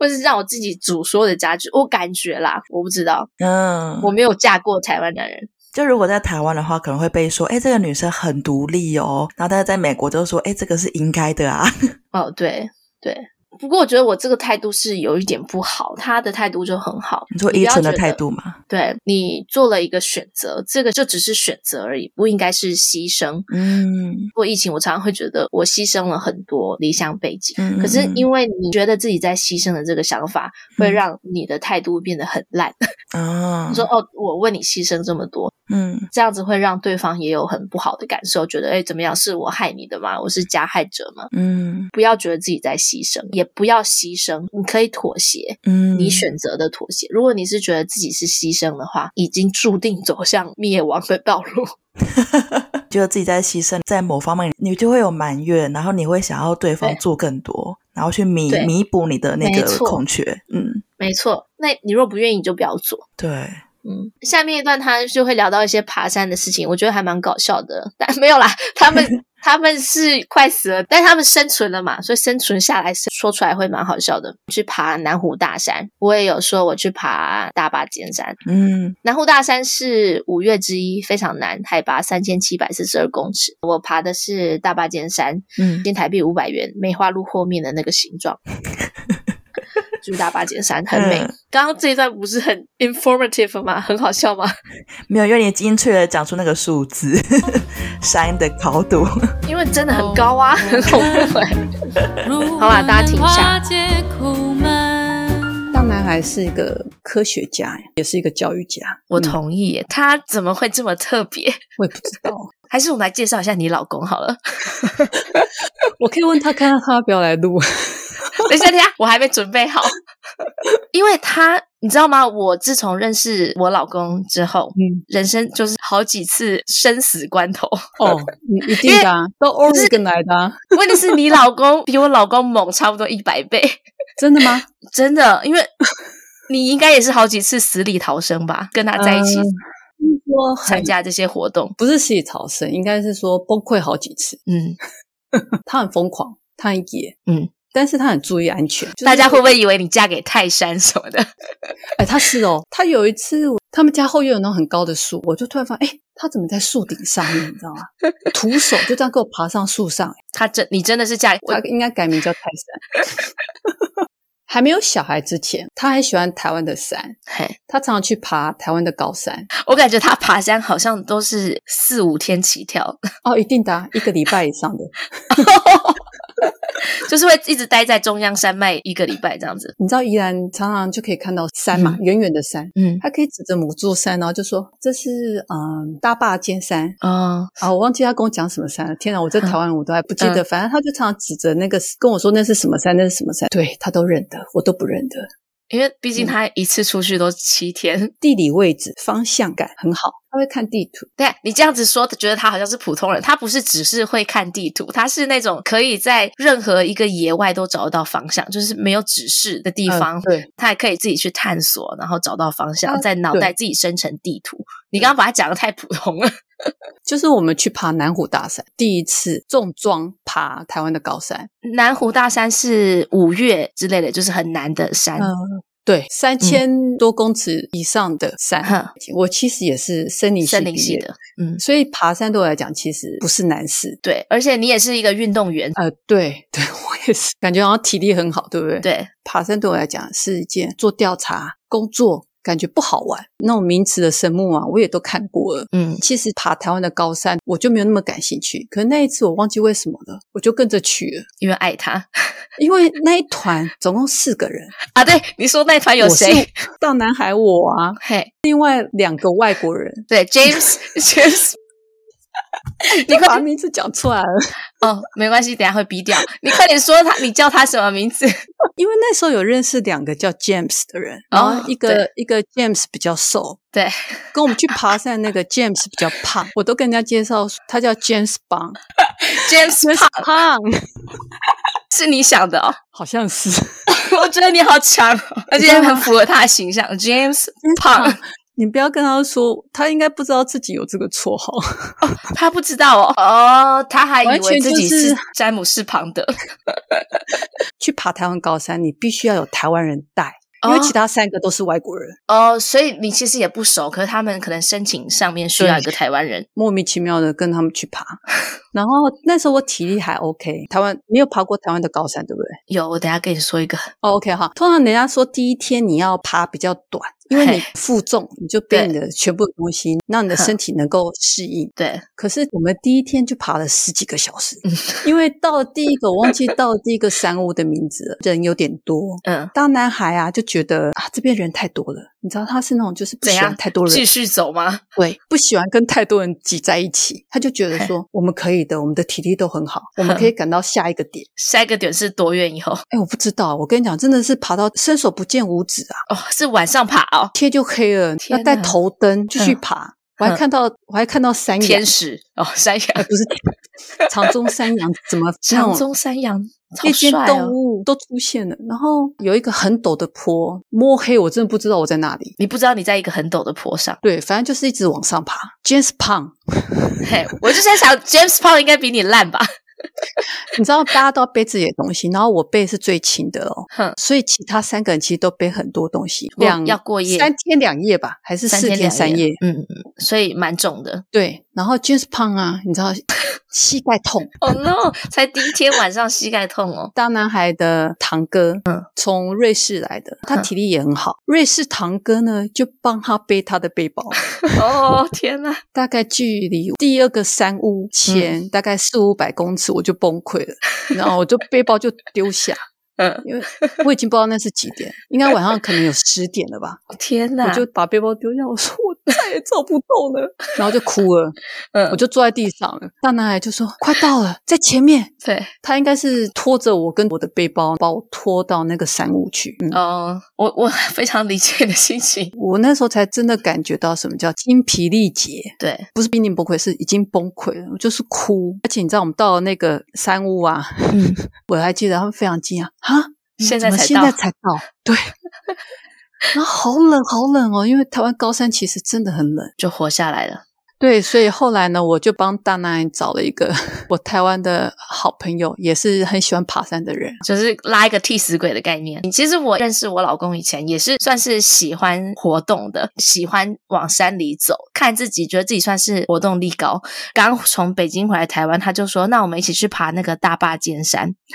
或是让我自己煮所有的家具。我感觉啦，我不知道，
嗯，
我没有嫁过台湾男人。
就如果在台湾的话，可能会被说，哎，这个女生很独立哦。然后但是在美国就说，哎，这个是应该的啊。
哦，对对。不过我觉得我这个态度是有一点不好，他的态度就很好。
你说
不
依
要
纯的
觉
态
得
度嘛，
对你做了一个选择，这个就只是选择而已，不应该是牺牲。
嗯
过疫情，我常常会觉得我牺牲了很多理想背景，
嗯，
可是
嗯
因为你觉得自己在牺牲的这个想法，会
嗯
让你的态度变得很烂。
啊，
你说哦，我为你牺牲这么多，
嗯
这样子会让对方也有很不好的感受，觉得哎，怎么样？是我害你的吗？我是加害者吗？
嗯
不要觉得自己在牺牲，也不要牺牲，你可以妥协，
嗯，
你选择的妥协。如果你是觉得自己是牺牲的话，已经注定走向灭亡的道路。
觉得自己在牺牲，在某方面你就会有埋怨，然后你会想要对方
对
做更多，然后去弥
对
弥补你的那
没
个
错
空缺。嗯，
没错，那你若不愿意，你就不要做。
对，
嗯，下面一段他就会聊到一些爬山的事情，我觉得还蛮搞笑的。 但没有啦，他们他们是快死了，但他们生存了嘛，所以生存下来说出来会蛮好笑的。去爬南湖大山，我也有说我去爬大巴尖山，
嗯
南湖大山是五岳之一，非常难，海拔三千七百四十二公尺。我爬的是大巴尖山，
嗯
新台币五百元，梅花鹿后面的那个形 状。就是大巴尖山很美
嗯。
刚刚这一段不是很 informative 吗？很好笑吗？
没有，因为你精确的讲出那个数字， 山的高度。
因为真的很高啊，很恐怖哎、
好
好啦大家停一下
苦闷，
大男孩是一个科学家，也是一个教育家。
我
嗯
同意耶，他怎么会这么特别？
我也不知道，
还是我们来介绍一下你老公好了。
我可以问他看看他要不要来录。
嗯等一下，等一下，我还没准备 好，因为他，你知道吗？我自从认识我老公之后，
嗯，
人生就是好几次生死关头。
哦，嗯一定的、啊，都 Oregon 来的、啊，
问题是你老公比我老公猛差不多一百倍，
真的吗？
真的，因为你应该也是好几次死里逃生吧？跟他在一起
嗯听说很
参加这些活动，
不是死里逃生，应该是说崩溃好几次。
嗯，
他很疯狂，他很野，
嗯，
但是他很注意安全。就是
大家会不会以为你嫁给泰山什么的？
哎，他是哦，他有一次我他们家后院有那种很高的树，我就突然发现，哎，他怎么在树顶上面？你知道吗？徒手就这样给我爬上树 上，
他真，你真的是嫁
他应该改名叫泰山。 还没有小孩之前，他很喜欢台湾的山，
嘿，
他常常去爬台湾的高山。
我感觉他爬山好像都是四五天起跳，
哦，一定的、啊，一个礼拜以上的。
就是会一直待在中央山脉一个礼拜这样子。
你知道宜兰常常就可以看到山嘛，
嗯
远远的山，
嗯，
他可以指着某座山，然后就说这是嗯大坝尖山
哦，
啊，我忘记他跟我讲什么山了。天哪，我
嗯
在台湾我都还不记得，反正他就常常指着那个跟我说那是什么山，那是什么山，对他都认得，我都不认得。
因为毕
嗯
竟他一次出去都七天。
地理位置、方向感很好，他会看地图。
对你这样子说，觉得他好像是普通人，他不是只是会看地图，他是那种可以在任何一个野外都找得到方向，就是没有指示的地方，
嗯对，
他还可以自己去探索，然后找到方向，
啊
在脑袋自己生成地图。你刚刚把它讲的太普通了，
就是我们去爬南湖大山，第一次重装爬台湾的高山，
南湖大山是五岳之类的，就是很难的山。
嗯对，三千多公尺以上的山。
哼
我其实也是森林
森林
毕
系
业
的，嗯，
所以爬山对我来讲其实不是难事。
对，而且你也是一个运动员，
呃，对， 对我也是，感觉好像体力很好，对不对？，
对，
爬山对我来讲是一件做调查工作，感觉不好玩。那种名词的神木啊，我也都看过了。
嗯，
其实爬台湾的高山，我就没有那么感兴趣。可是那一次我忘记为什么了，我就跟着去了，
因为爱他
因为那一团总共四个 人，
啊。对，你说那团有
我是
谁？
大男孩我啊，
嘿，
另外两个外国人，
对，James，James
你把名字讲出来了，
哦，没关系，等一下会逼掉。你快点说他，你叫他什么名字？
因为那时候有认识两个叫 James 的人，然
哦
后一个一个 James 比较瘦，
对，
跟我们去爬山那个 James 比较胖，我都跟人家介绍他叫 James 邦
James 胖
胖，
是你想的哦，
好像是
我觉得你好强哦，而且很符合他的形象。James 胖，。
你不要跟他说，他应该不知道自己有这个绰号。
他不知道哦，哦，他还以
完
为
全
自己
就是
是詹姆斯庞德，
去爬台湾高山，你必须要有台湾人带，因为其他三个都是外国人，
哦，所以你其实也不熟，可是他们可能申请上面需要一个台湾人。
莫名其妙的跟他们去爬。然后那时候我体力还 OK，台湾你有爬过台湾的高山对不对？
有，我等一下跟你说一个。
哦，OK 哈，通常人家说第一天你要爬比较短，因为你
嘿
负重，你就背你的全部的东西，让你的
哼
身体能够适应。
对，
可是我们第一天就爬了十几个小时，
嗯
因为到了第一个我忘记到了第一个山屋的名字了，人有点多。
嗯，
大男孩啊就觉得啊这边人太多了，你知道他是那种就是不
怎
喜
样
欢太多人
继，续走吗？
对，不喜欢跟太多人挤在一起，他就觉得说我们可以的，我们的体力都很好，我们可以赶到下一个点。
下一个点是多远以后？
哎，我不知道，我跟你讲，真的是爬到伸手不见五指啊，
哦，是晚上爬哦，
天就黑了，
天
要带
哪
头灯继续
嗯
爬。我还看到，我还看到山羊
天，使哦，山
哎
羊，
不是 长鬃山羊，怎么那
长
种
鬃山羊，好
夜间
帅
动
哦！
物都出现了，然后有一个很陡的坡，摸黑，我真的不知道我在哪里。
你不知道你在一个很陡的坡上，
对，反正就是一直往上爬。James 胖，
嘿，我就在想 James Paul 应该比你烂吧？
你知道大家都要背自己的东西，然后我背是最轻的哦，
哼，
所以其他三个人其实都背很多东西，
过
两
要过夜
三天两夜吧，还是四
天
三
两夜，嗯，嗯所以蛮重的。
对，然后 James 胖啊，你 知道膝盖痛。
哦、no，才第一天晚上膝盖痛哦。
大男孩的堂哥，嗯，从瑞士来的，他
嗯
体力也很好。瑞士堂哥呢，就帮他背他的背包，
哦天哪！
大概距离第二个山屋前、大概四五百公尺，我就崩溃了， 然后我就背包就丢下，
嗯，
因为我已经不知道那是几点，应该晚上可能有十点了吧，
天哪！
我就把背包丢下，我说我再也走不动了，然后就哭了，
嗯
我就坐在地上了。大男孩就说：“快到了，在前面。”
对，
他应该是拖着我跟我的背包，把我拖到那个山屋去。嗯
哦，我我非常理解你的心情。
我那时候才真的感觉到什么叫精疲力竭，
对，
不是濒临崩溃，是已经崩溃了，我就是哭。而且你知道，我们到了那个山屋啊，
嗯，
我还记得他们非常惊讶啊，你
现
怎
在
么
才
现
到
在才到，对。 然后好冷，好冷哦，因为台湾高山其实真的很冷。
就活下来了。
对，所以后来呢，我就帮大奶找了一个 我台湾的好朋友，也是很喜欢爬山的人。
就是拉一个替死鬼的概念。其实我认识我老公以前也是算是喜欢活动的，喜欢往山里走，看自己觉得自己算是活动力高。刚从北京回来台湾，他就说：“那我们一起去爬那个大坝尖山。”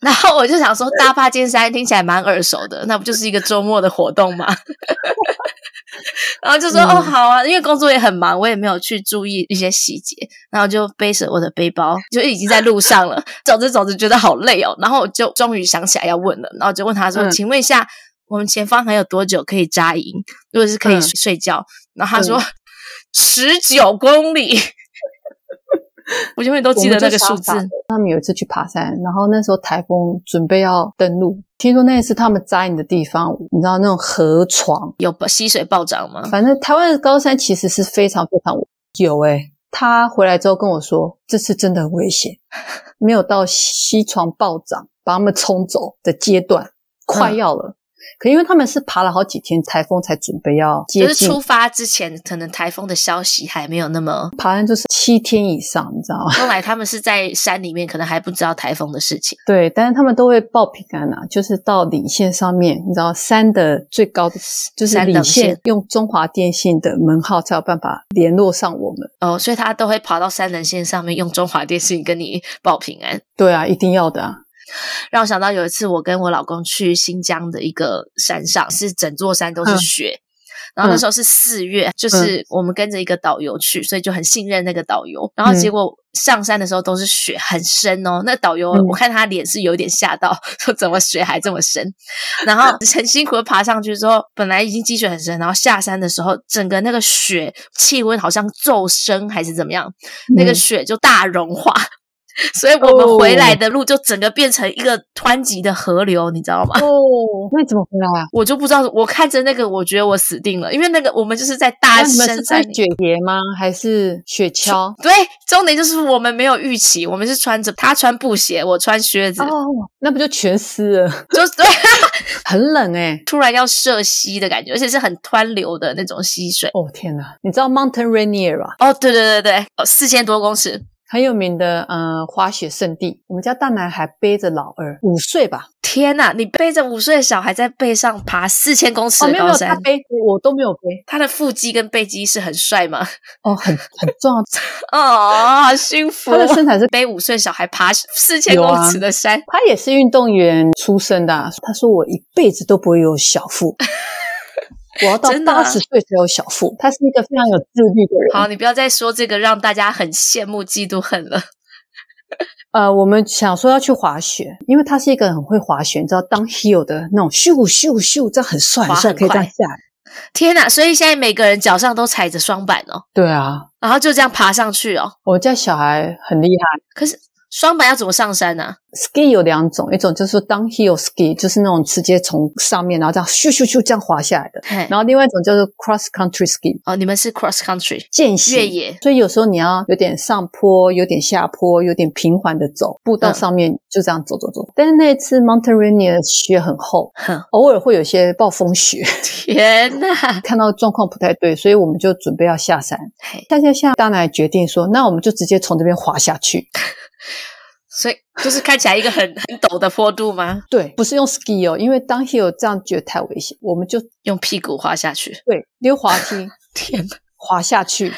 然后我就想说，大坝尖山听起来蛮耳熟的，那不就是一个周末的活动吗？ 然后就说、哦
嗯
好啊，因为工作也很忙，我也没有去注意一些细节，然后就背着我的背包，就已经在路上了。 走着走着觉得好累哦，然后我就终于想起来要问了，然后就问他说：“
嗯
请问一下，我们前方还有多久可以扎营？如果是可以
嗯
睡觉？”然后他说：“ 十九、公里。” 我永远都记得那个数字
我们就傻傻。他们有一次去爬山，然后那时候台风准备要登陆，听说那一次他们扎营的地方，你知道那种河床，
有溪水暴涨吗？
反正台湾的高山其实是非常非常有诶、
欸
他回来之后跟我说，这次真的很危险，没有到西床暴涨把他们冲走的阶段，
嗯
快要了。可因为他们是爬了好几天，台风才准备要接
就
近，
是出发之前，可能台风的消息还没有那么。
爬完就是七天以上，你知道吗？
后来他们是在山里面，可能还不知道台风的事情。
对，但是他们都会报平安啊，就是到理线上面，你知道山的最高的就是
山
理
等
线
线，
用中华电信的门号才有办法联络上我们。
哦，所以他都会跑到三人线上面用中华电信跟你报平安。
对啊，一定 要的啊！
让我想到有一次，我跟我老公去新疆的一个山上，是整座山都是
嗯
雪。然后那时候是四月，就是我们跟着一个导游去，所以就很信任那个导游。然
嗯
后结果上山的时候都是雪很深哦，那导游
嗯
我看他脸是有点吓到， 说怎么雪还这么深？然 后很辛苦的爬上去之后，本来已经积雪很深，然后下山的时候，整个那个雪气温好像骤升还是怎么样，那个
嗯
雪就大融化。所以我们回
哦
来的路就整个变成一个湍急的河流，你知道吗？
哦，那你怎么回来啊？
我就不知道，我看着那个，我觉得我死定了，因为那个我们就是在大
那你们是
深
在
山
雪鞋吗？还是雪橇？
对，重点就是我们没有预期，我们是穿着他穿布鞋，我穿靴子，
哦，那不就全湿了？
就对，
很冷哎、
突然要涉溪的感觉，而且是很湍流的那种溪水。
哦天哪，你知道 Mountain Rainier 吧？
哦，对对对对，哦，四千多公尺，
很有名的呃滑雪圣地。我们家大男孩背着老二，五岁吧？
天哪！你背着五岁的小孩在背上爬四千公尺
哦，
的
没有没
高
有，
山，
他背，我都没有背。
他的腹肌跟背肌是很帅吗？
哦，很很重要，
哦，好幸福
他！的身材是。
背五岁小孩爬四千
有
公
啊
尺的山，
他也是运动员出身的啊、他说我一辈子都不会有小腹，我要到
真的啊
八十岁才有小腹。他是一个非常有自律的人。
好，你不要再说这个让大家很羡慕、嫉妒、恨了。
呃，我们想说要去滑雪，因为他是一个很会滑雪，你知道当 heel 的那种咻咻咻，这样很帅很
滑
帅，
很
可以这
快
样下来。
天哪！所以现在每个人脚上都踩着双板哦，
对啊，
然后就这样爬上去哦。
我家小孩很厉害。
可是双板要怎么上山啊呢、
ski 有两种，一种就是 downhill ski，就是那种直接从上面然后这样咻咻咻这样滑下来的，
嘿，
然后另外一种叫做 cross country ski，
哦，你们是 cross country
间隙
越。野，
所以有时候你要有点上坡，有点下坡，有点平缓的走，步道
嗯
上面就这样走走走。但是那一次 Mountain Rainier 的雪很厚，
哼，
偶尔会有一些暴风雪，
天哪！
看到状况不太对，所以我们就准备要下山。
嘿，
下下下，大奶决定说，那我们就直接从这边滑下去。
所以就是看起来一个很很陡的坡度吗？
对，不是用 ski 哦，因为 downhill 这样觉得太危险，我们就
用屁股滑下去，
对，溜滑 梯
天哪！
滑下去，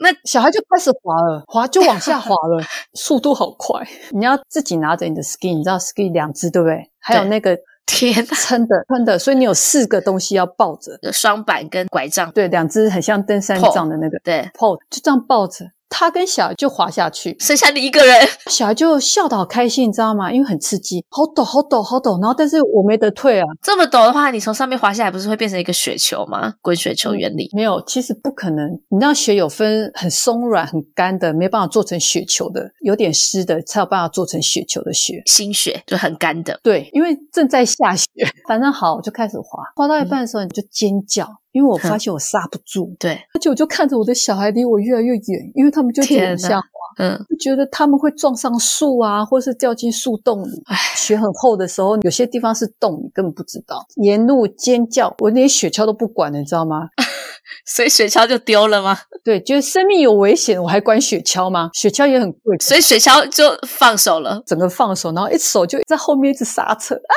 那
小孩就开始滑了，滑就往下滑了， 速度好快。你要自己拿着你的 ski，你知道 ski 两只对不对？还有
对
那个
天
撑的 撑的，所以你有四个东西要抱着，
哪！双板跟拐杖，
对，两只很像登山
Pole
杖的那个
对，
pole，就这样抱着。他跟小孩就滑下去，
剩下你一个人，
小孩就笑得好开心，你知道吗？因为很刺激，好抖，好抖，好抖。然后但是我没得退啊，
这么陡的话，你从上面滑下来，不是会变成一个雪球吗？滚雪
嗯
球原理。
没有，其实不可能。你知道雪有分很松软、很干的，没办法做成雪球的，有点湿的才有办法做成雪球的雪。
新雪就很干的，
对，因为正在下雪，反正好，我就开始滑，滑到一半的时候你就尖叫，因为我发现我刹不住，
对，
而且我就看着我的小孩离我越来越远，因为他们就一直
天
往
哪
下滑，
嗯，
就觉得他们会撞上树啊，或是掉进树洞里
唉。
雪很厚的时候，有些地方是洞，你根本不知道。沿路尖叫，我连雪橇都不管了，你知道吗？
所以雪橇就丢了吗？
对，觉得生命有危险，我还管雪橇吗？雪橇也很贵，
所以雪橇就放手了。
整个放手，然后一手就在后面一直刹车啊，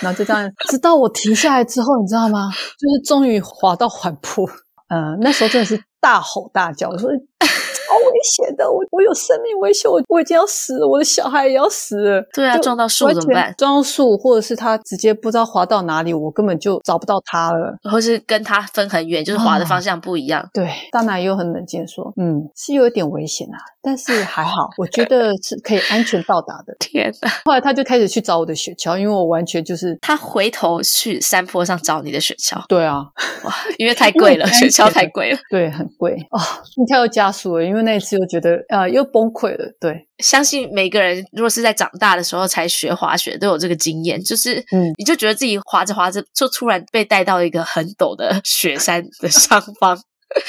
然后就这样，直到我停下来之后，你知 道吗？就是终于滑到缓坡，呃，那时候真的是大吼大叫，我说好危险的，我我有生命危险，我我已经要死了，我的小孩也要死了。
对啊，
就
撞到树
完
怎么
全
办？
撞到树，或者是他直接不知道滑到哪里，我根本就找不到他了。
或是跟它分很远，就是滑的方向不一样。
对，大奶又很冷静地说：“嗯，是有一点危险啊，但是还好，我觉得是可以安全到达的。
天哪！”
后来他就开始去找我的雪橇，因为我完全就是
他回头去山坡上找你的雪橇，
对啊，
哇，因为太贵了，
因为
雪
很
橇
安全
太贵了。
对，很贵啊，心跳又加速了，因为那一次又觉得呃又崩溃了。对，
相信每个人如果是在长大的时候才学滑雪，都有这个经验，就是
嗯
你就觉得自己滑着滑着，就突然被带到一个很陡的雪山的上方。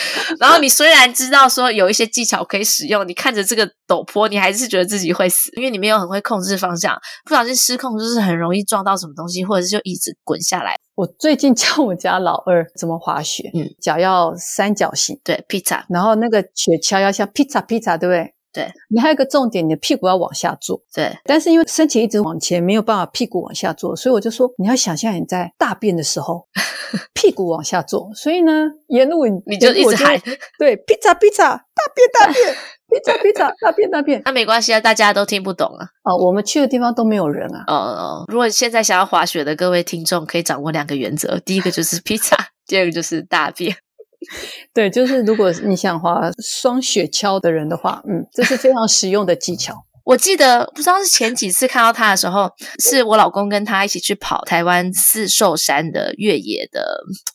然后你虽然知道说有一些技巧可以使用，你看着这个陡坡，你还是觉得自己会死，因为你没有很会控制方向，不小心失控就是很容易撞到什么东西，或者是就一直滚下来。
我最近教我家老二怎么滑雪，
嗯
脚要三角形，
对，pizza
然后那个雪橇要像披萨披萨，对不对？
对，
你还有一个重点，你的屁股要往下坐。
对，
但是因为身体一直往前，没有办法屁股往下坐，所以我就说你要想象你在大便的 时候屁股往下坐。所以呢，沿路
你就
沿路
一
我
直喊。
对披萨披萨大便大便披 萨披萨大便大便
那没关系啊，大家都听不懂啊。
啊、我们去的地方都没有人啊。
呃哦哦，如果现在想要滑雪的各位听众，可以掌握两个原则，第一个就是 pizza， 第二个就是大便。
对，就是如果你想滑双雪橇的人的话，嗯，这是非常实用的技巧。
我记得不知道是前几次看到他的时候，是我老公跟他一起去跑台湾四寿山的越野的，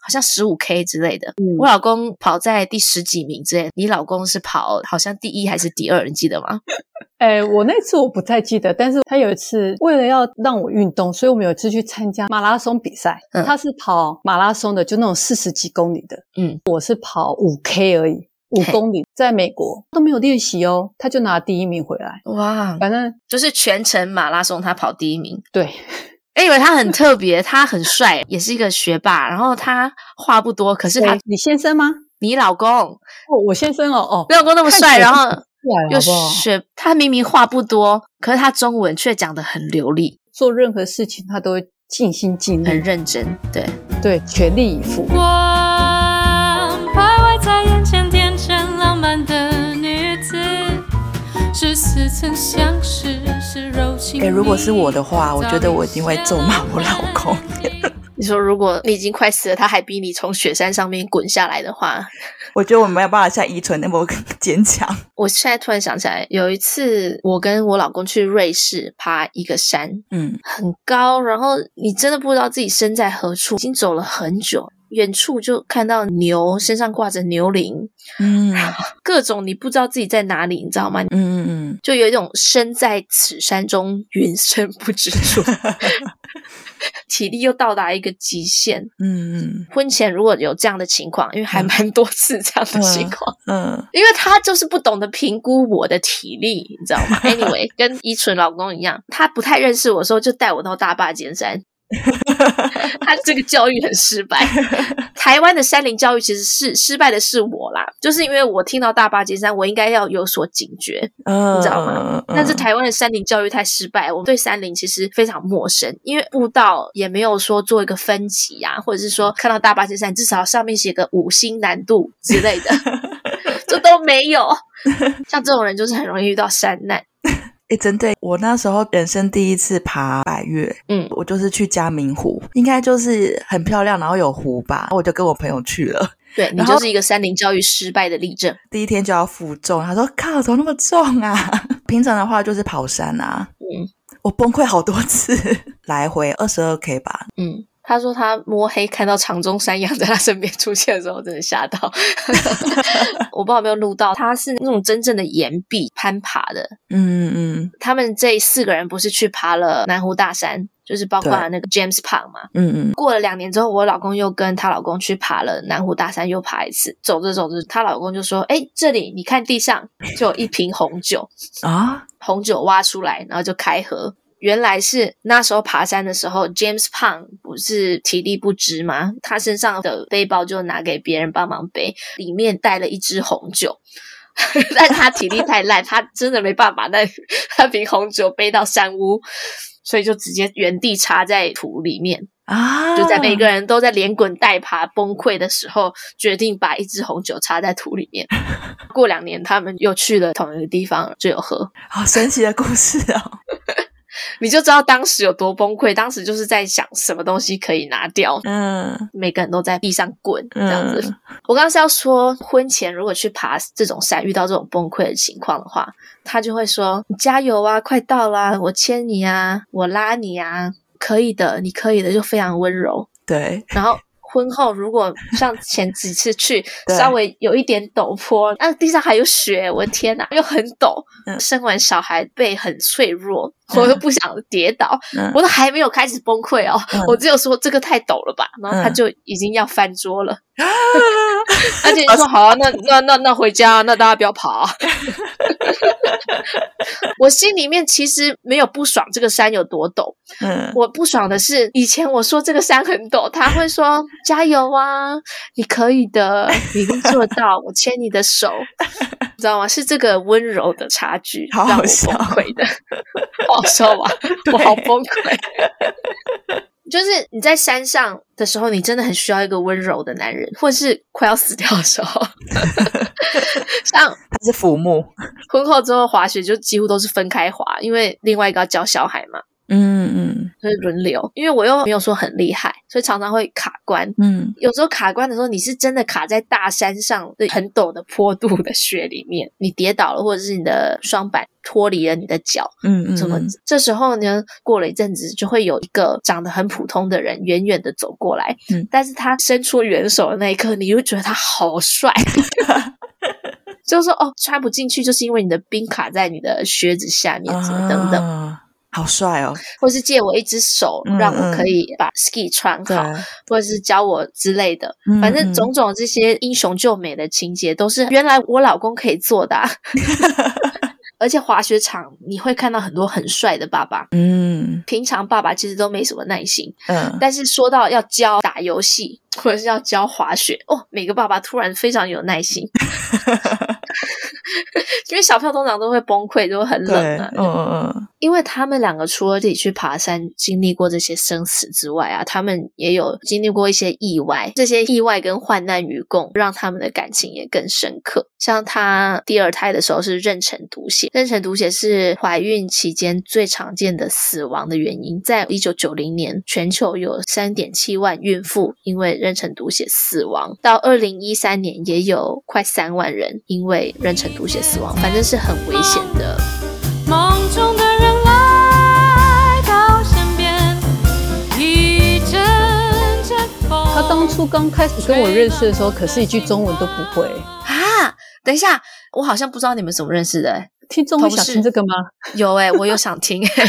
好像十五 K 之类的。我老公跑在第十几名之类，你老公是跑好像第一还是第二，你记得吗？
哎，我那次我不太记得，但是他有一次为了要让我运动，所以我们有一次去参加马拉松比赛。
嗯
他是跑马拉松的，就那种四十几公里的。
嗯，
我是跑五 K 而已，五
嘿
公里，在美国都没有练习哦，他就拿第一名回来。
哇，
反正
就是全程马拉松他跑第一名。
对，
哎，以为他很特别，他很帅，也是一个学霸，然后他话不多，可是他
哎你先生吗？
你老公，
哦，我先生哦哦，
你老公那么帅，
看起来
然后
对，
又
好不好？
学，他明明话不多，可是他中文却讲得很流利，
做任何事情他都会尽心尽
很
力，
认真，对。
对，全力以赴。
光，徘徊在眼前天真浪漫的女子，是似曾相识，是柔情蜜
诶，
意。
哎如果是我的话，我觉得我一定会咒骂我老公。
你说，如果你已经快死了，他还逼你从雪山上面滚下来的话，
我觉得我没有办法像依纯那么坚强。
我现在突然想起来，有一次我跟我老公去瑞士爬一个山，
嗯，
很高，然后你真的不知道自己身在何处，已经走了很久，远处就看到牛，身上挂着牛铃，
嗯
各种你不知道自己在哪里，你知道吗？
嗯嗯
就有一种身在此山中，云深不知处，体力又到达一个极限。
嗯嗯
婚前如果有这样的情况，因为还蛮多次这样的情况，
嗯
因为他就是不懂得评估我的体力，你知道吗？Anyway，跟依纯老公一样，他不太认识我的时候就带我到大坝尖山。他这个教育很失败。台湾的山林教育其实是失败的是我啦，就是因为我听到大坝尖山，我应该要有所警觉，
嗯，
你知道吗
嗯？嗯
但是台湾的山林教育太失败，我们对山林其实非常陌生，因为步道也没有说做一个分级啊，或者是说看到大巴尖山至少上面写个五星难度之类 的，这都没有。像这种人就是很容易遇到山难。
诶，针对我那时候人生第一次爬百越，
嗯，
我就是去嘉明湖，应该就是很漂亮，然后有湖吧，我就跟我朋友去了。
对你
然后
就是一个山林教育失败的例证。
第一天就要负重，他说：“靠，怎么那么重啊？” 平常的话就是跑山啊，
嗯
我崩溃好多次， 来回二十二 K 吧，
嗯。他说他摸黑看到长鬃山羊在他身边出现的时候，真的吓到。 我不知道有没有录到，他是那种真正的岩壁攀爬的，
嗯嗯
他们这四个人不是去爬了南湖大山，就是包括
对
那个 James Pang 嘛。
嗯嗯
过了两年之后，我老公又跟她老公去爬了南湖大山，又爬一次。走着走着，她老公就说：“哎，这里你看地上就有一瓶红酒，
嗯啊，
红酒挖出来，然后就开喝。”原来是那时候爬山的时候，James Pang 不是体力不支吗？他身上的背包就拿给别人帮忙背，里面带了一支红酒。 但他体力太烂，他真的没办法，那 那瓶红酒背到山屋，所以就直接原地插在土里面。
啊，
就在每个人都在连滚带爬崩溃的时候，决定把一支红酒插在土里面。过两年，他们又去了同一个地方，就有喝，
好神奇的故事哦。
你就知道当时有多崩溃。当时就是在想什么东西可以拿掉，
嗯
每个人都在地上滚这样子。
嗯
我刚刚是要说，婚前如果去爬这种山，遇到这种崩溃的情况的话，他就会说：“你加油啊，快到啦，我牵你啊，我拉你啊，可以的，你可以的。”就非常温柔。
对，
然后婚后如果像前几次去
对
稍微有一点陡坡，那、地上还有雪，我的天哪，又很陡。
嗯
生完小孩背很脆弱，我又不想跌倒，
嗯
我都还没有开始崩溃哦，
嗯
我只有说这个太陡了吧，然后他
嗯
就已经要翻桌 了。而且你说好啊，那那那那回家啊，那大家不要跑、 啊。我心里面其实没有不爽这个山有多陡，
嗯
我不爽的是，以前我说这个山很陡，他会说加油啊，你可以的，你一定做得到，我牵你的手， 你知道吗？是这个温柔的差距
好好
让我
笑
崩溃的，好笑 吧？我好崩溃。 就是你在山上的时候，你真的很需要一个温柔的男人，或是快要死掉的时 候，像
他是父母，
婚后之后滑雪就几乎都是分开滑，因为另外一个要教小孩嘛。
嗯嗯
就是轮流，因为我又没有说很厉害，所以常常会卡关。
嗯，
有时候卡关的时候，你是真的卡在大山上的很陡的坡度的雪里面，你跌倒了，或者是你的双板脱离了你的脚，
嗯嗯，
什么？
嗯
这时候呢，过了一阵子，就会有一个长得很普通的人远远的走过来，
嗯
但是他伸出援手的那一刻，你就觉得他好 帅。就是说哦，穿不进去，就是因为你的冰卡在你的靴子下面，什么等等，
啊好帅哦！
或是借我一只手，
嗯
让我可以把 ski 穿
对，
好，或者是教我之类的。
嗯
反正
嗯
种种这些英雄救美的情节，都是原来我老公可以做的啊、 而且滑雪场你会看到很多很帅的爸爸，
嗯
平常爸爸其实都没什么耐心，
嗯，
但是说到要教打游戏或者是要教滑雪，哦，每个爸爸突然非常有耐 心， 因为小朋友通常都会崩溃，都会很冷
对，
啊
嗯。嗯嗯，
因为他们两个除了自己去爬山经历过这些生死之外啊，他们也有经历过一些意外，这些意外跟患难与共，让他们的感情也更深刻。像她第二胎的时候是妊娠毒血，妊娠毒血是怀孕期间最常见的死亡的原因，在一九九零年，全球有三点七万孕妇因为妊娠毒血死亡，到二零一三年也有快三万人因为妊娠毒血死亡，反正是很危险的
梦中的人来到身边，一阵阵风。
他当初刚开始跟我认识的时候，可是一句中文都不会。
啊，等一下，我好像不知道你们怎么认识的、欸。
听众会想
同
听
事
这个吗？
有哎、我有想听、欸，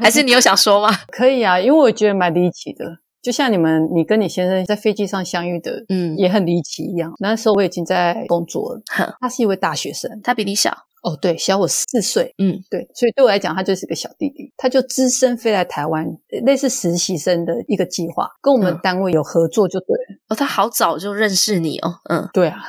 还是你有想说吗？
可以啊，因为我觉得蛮离奇的，就像你们你跟你先生在飞机上相遇的，
嗯，
也很离奇一样。那时候我已经在工作了
哼，
他是一位大学生，
他比你小，
哦，对，小我四岁，
嗯，
对，所以对我来讲，他就是个小弟弟。他就只身飞来台湾，呃类似实习生的一个计划，跟我们
嗯
单位有合作就对了。
哦，他好早就认识你哦，嗯
对啊，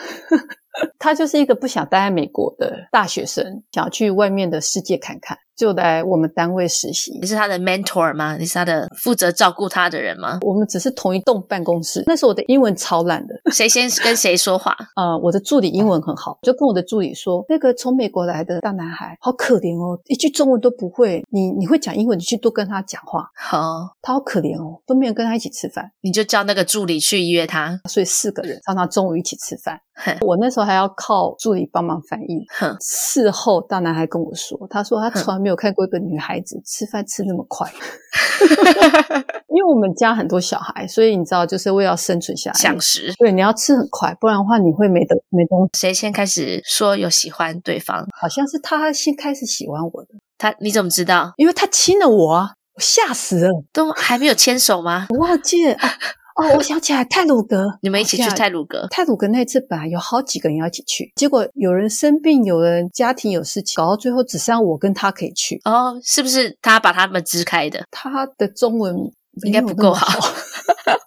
他就是一个不想待在美国的大学生，想要去外面的世界看看，就来我们单位实习
你。是他的 mentor 吗？你是他的负责照顾他的人吗？
我们只是同一栋办公室，那时候我的英文超烂的，
谁先跟谁说话？
呃，我的助理英文很好，就跟我的助理说，那个从美国来的大男孩好可怜哦，一句中文都不会，你你会讲英文，你去多跟他讲话，
好，
他好可怜哦，都没有跟他一起吃饭，
你就叫那个助理去约他。
所以四个人常常中午一起吃饭
嘿，
我那时候还要靠助理帮忙翻译。
哼，
事后，大男孩跟我说，他说他从来没有看过一个女孩子吃饭吃那么 快，因为我们家很多小孩，所以你知道，就是为了要生存下来，
想时
对你要吃很快，不然的话你会没得没东西。
谁先开始说有喜欢对方？
好像是他先开始喜欢我的，
他你怎么知道？
因为他亲了我啊，我吓死了，
都还没有牵手吗？
我忘记了。啊哦，我想起来，泰鲁格，
你们一起去
我想起来
泰鲁格？
泰鲁格那次本来有好几个人要一起去，结果有人生病，有人家庭有事情，搞到最后只剩下我跟他可以去。
哦，是不是他把他们支开的？
他的中文没有
应该不够好
那么好。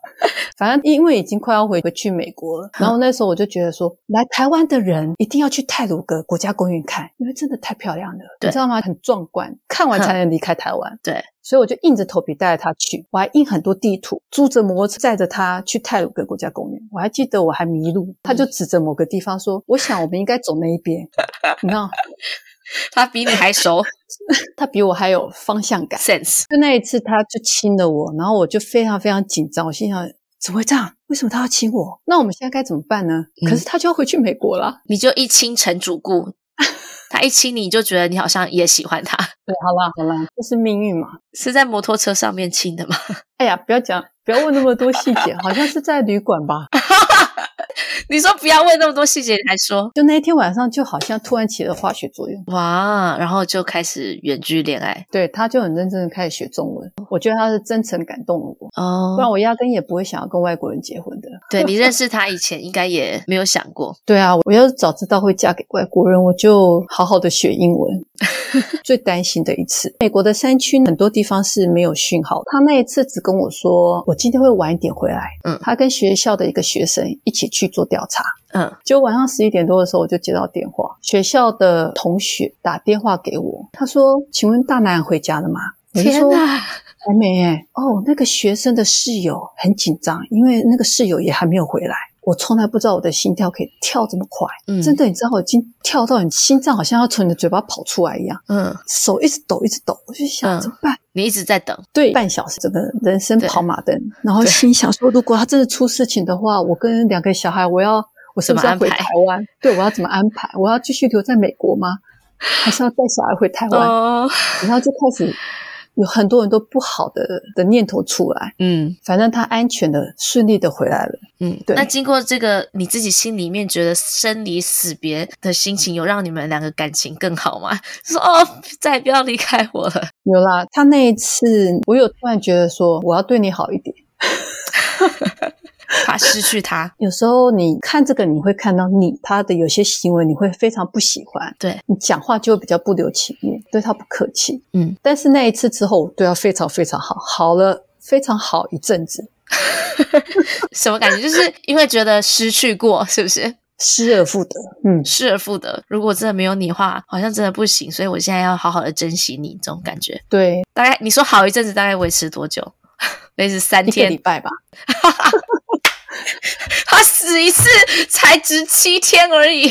反正因为已经快要回回去美国了，
嗯
然后那时候我就觉得说，来台湾的人一定要去泰鲁格国家公园看，因为真的太漂亮了，
对
你知道吗？很壮观，看完才能离开台湾。
对，
所以我就硬着头皮带着他去，我还印很多地图，租着摩托车载着他去泰鲁格国家公园。我还记得我还迷
嗯
路，他就指着某个地方说：“我想我们应该走那一边。” 你知道，
他比你还熟
他比我还有方向感。
sense。
就那一次，他就亲了我，然后我就非常非常紧张，我心想怎么会这样？为什么他要亲我？那我们现在该怎么办呢？
嗯
可是他就要回去美国啦。
你就一亲成主 顾，他一亲你就觉得你好像也喜欢他，
对，好啦好啦，这是命运嘛。
是在摩托车上面亲的吗？
哎呀，不要讲，不要问那么多细节，好像是在旅馆吧。
你说不要问那么多细节，你还说
就那一天晚上，就好像突然起了化学作用，
哇，然后就开始远距恋爱
对，他就很认真的开始学中文。我觉得他是真诚感动了我，不然
哦。
我压根也不会想要跟外国人结婚的。
对你认识他以前应该也没有想过，
对啊，我要是早知道会嫁给外国人，我就好好的学 英文。最担心的一次，美国的山区很多地方是没有讯号的。他那一次只跟我说，我今天会晚一点回来。
嗯
他跟学校的一个学生一起去做调查。
嗯，
就晚上十一点多的时候，我就接到电话，学校的同学打电话给我，他说：“请问大男人回家了吗？”我就
天
说
哪，
还没耶。哦，那个学生的室友很紧张，因为那个室友也还没有回来。我从来不知道我的心跳可以跳这么快，
嗯
真的，你知道我已经跳到你心脏好像要从你的嘴巴跑出来一样，
嗯，
手一直抖，一直抖，我就想、
嗯
怎么办？
你一直在等，
对，半小时，整个人生
对
跑马灯，然后
对
心想说，如果他真的出事情的话，我跟两个小孩，我要我是不是要
怎
回
么安排
台湾？对，我要怎么安排？我要继续留在美 国吗？还是要带小孩回台湾？
哦，
然后就开始有很多很多不好的的念头出来。
嗯
反正他安全的、顺利的回来了。
嗯。
对
那经过这个，你自己心里面觉得生离死别的心情，有让你们两个感情更好吗？ 就说哦，再也不要离开我了。
有啦，他那一次，我有突然觉得说，我要对你好一点。
怕失去他。
有时候你看这个，你会看到你他的有些行为，你会非常不喜欢。
对
你讲话就会比较不留情面，对他不客气。
嗯，
但是那一次之后，我对他非常非常好，好了非常好一阵子，
什么感觉？就是因为觉得失去过，是不是？
失而复得。嗯，
失而复得。如果真的没有你的话，好像真的不行。所以我现在要好好的珍惜你，这种感觉。
对，
大概你说好一阵子，大概维持多久？ 维持三
一个礼
天，
拜吧。
他死一次才值七天而已。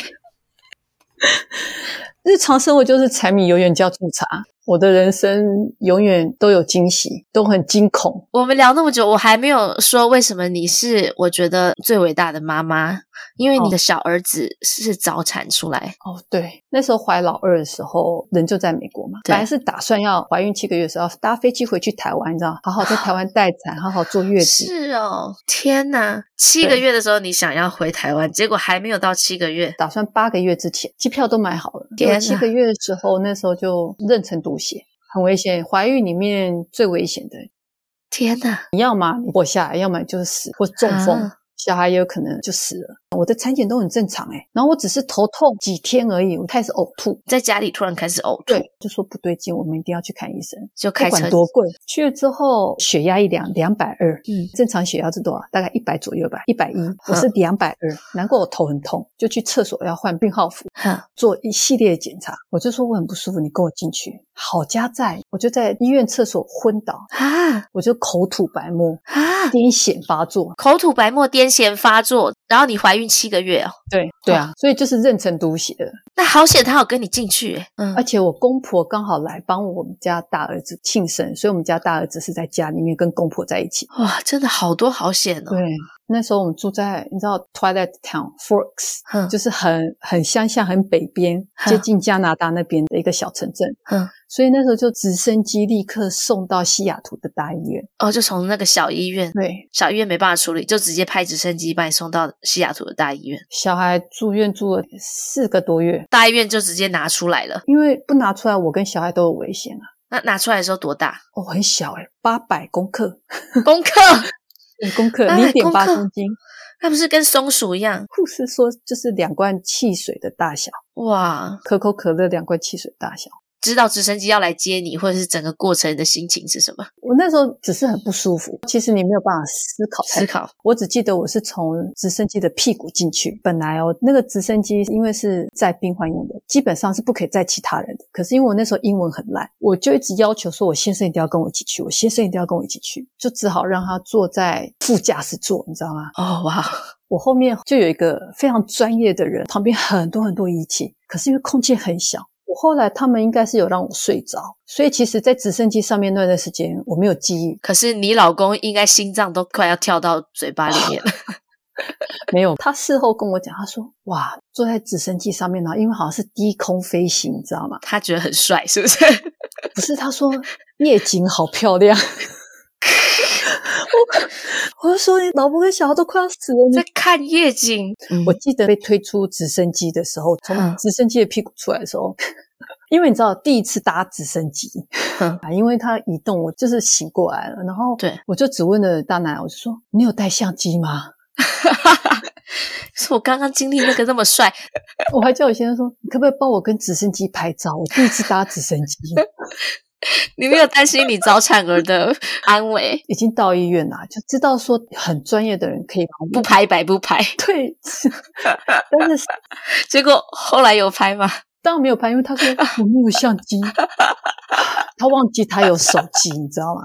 日常生活就是柴米油盐酱醋茶。我的人生永远都有惊喜，都很惊恐。
我们聊那么久，我还没有说为什么你是我觉得最伟大的妈妈，因为你的小儿子是早产出来，
哦，对，那时候怀老二的时候，人就在美国嘛，
对
本来是打算要怀孕七个月的时候搭飞机回去台湾，你知道，好好在台湾待产，好好 坐月子。
是哦，天哪！七个
对
月的时候你想要回台湾，结果还没有到七个月，
打算八个月之前，机票都买好了。
天哪
结果七个月的时候，那时候就妊娠毒血，很危险。怀孕里面最危险的，
天哪！
你要么你活下来，要么你就是死或中风，
啊
小孩也有可能就死了。我的产检都很正常哎、然后我只是头痛几天而已，我开始呕吐，
在家里突然开始呕吐，
对，就说不对劲，我们一定要去看医生。
就
不
开车
管多贵，去了之后血压一量两百二，
嗯
正常血压是多少？大概一百左右吧，一百一，我是两百二，难怪我头很痛，就去厕所要换病号服，
哼
做一系列的检查。我就说我很不舒服，你跟我进去。好家在，我就在医院厕所昏倒，
啊
我就口吐白沫，
啊！
癫痫 发作。
口吐白沫、癫痫发作，然后你怀孕七个月哦，
对对啊，所以就是妊娠毒血了。
那好险他有跟你进去耶，嗯
而且我公婆刚好来帮我们家大儿子庆生，所以我们家大儿子是在家里面跟公婆在一起。
哇，真的好多好险哦，
对，那时候我们住在你知道 Twilight Town Forks，
哼
就是很很乡下、很北边，
哼
接近加拿大那边的一个小城镇。
哼，
所以那时候就直升机立刻送到西雅图的大医院。
哦，就从那个小医院，
对，
小医院没办法处理，就直接派直升机把你送到西雅图的大医院，
小孩住院住了四个多月，
大医院就直接拿出来了。
因为不拿出来，我跟小孩都有危险啊。
那拿出来的时候多大？
哦，很小哎、欸，八百公克，
功课？
对公克零
800
点
公
八
克
公斤。
那不是跟松鼠一样？
护士说，就是两罐汽水的大小，
哇！
可口可乐两罐汽水大小。
知道直升机要来接你，或者是整个过程你的心情是什么？
我那时候只是很不舒服，其实你没有办法思考太
思考。
我只记得我是从直升机的屁股进去。本来哦，那个直升机因为是载病患用的，基本上是不可以载其他人的。可是因为我那时候英文很烂，我就一直要求说，我先生一定要跟我一起去，我先生一定要跟我一起去，就只好让他坐在副驾驶座，你知道吗？
哦，哇，
我后面就有一个非常专业的人，旁边很多很多仪器，可是因为空间很小。我后来他们应该是有让我睡着，所以其实，在直升机上面那段时间我没有记忆，
可是你老公应该心脏都快要跳到嘴巴里面 了。
没有，他事后跟我讲，他说：“哇，坐在直升机上面呢，因为好像是低空飞行，你知道吗？
他觉得很帅，是不 是？
不是，他说夜景好漂亮。 我”我就说：“你老婆跟小孩都快要死了，
在
你。
看夜景。”
我记得被推出直升机的时候，从
嗯
直升机的屁股出来的时候， 因为你知道第一次搭直升机
嗯
啊，因为它移动，我就是醒过来了，然后
对
我就只问了大奶，我就说：“你有带相机吗？”
是我刚刚经历那个那么帅，
我还叫我先生说：“你可不可以帮我跟直升机拍照？我第一次搭直升机，
你没有担心你早产儿的安危，
已经到医院啦，就知道说很专业的人可以帮
不
我。
拍白不拍。
对， 但是
结果后来有拍吗？
当然没有拍，因为他说我没有相机。他忘记他有手机，你知道吗？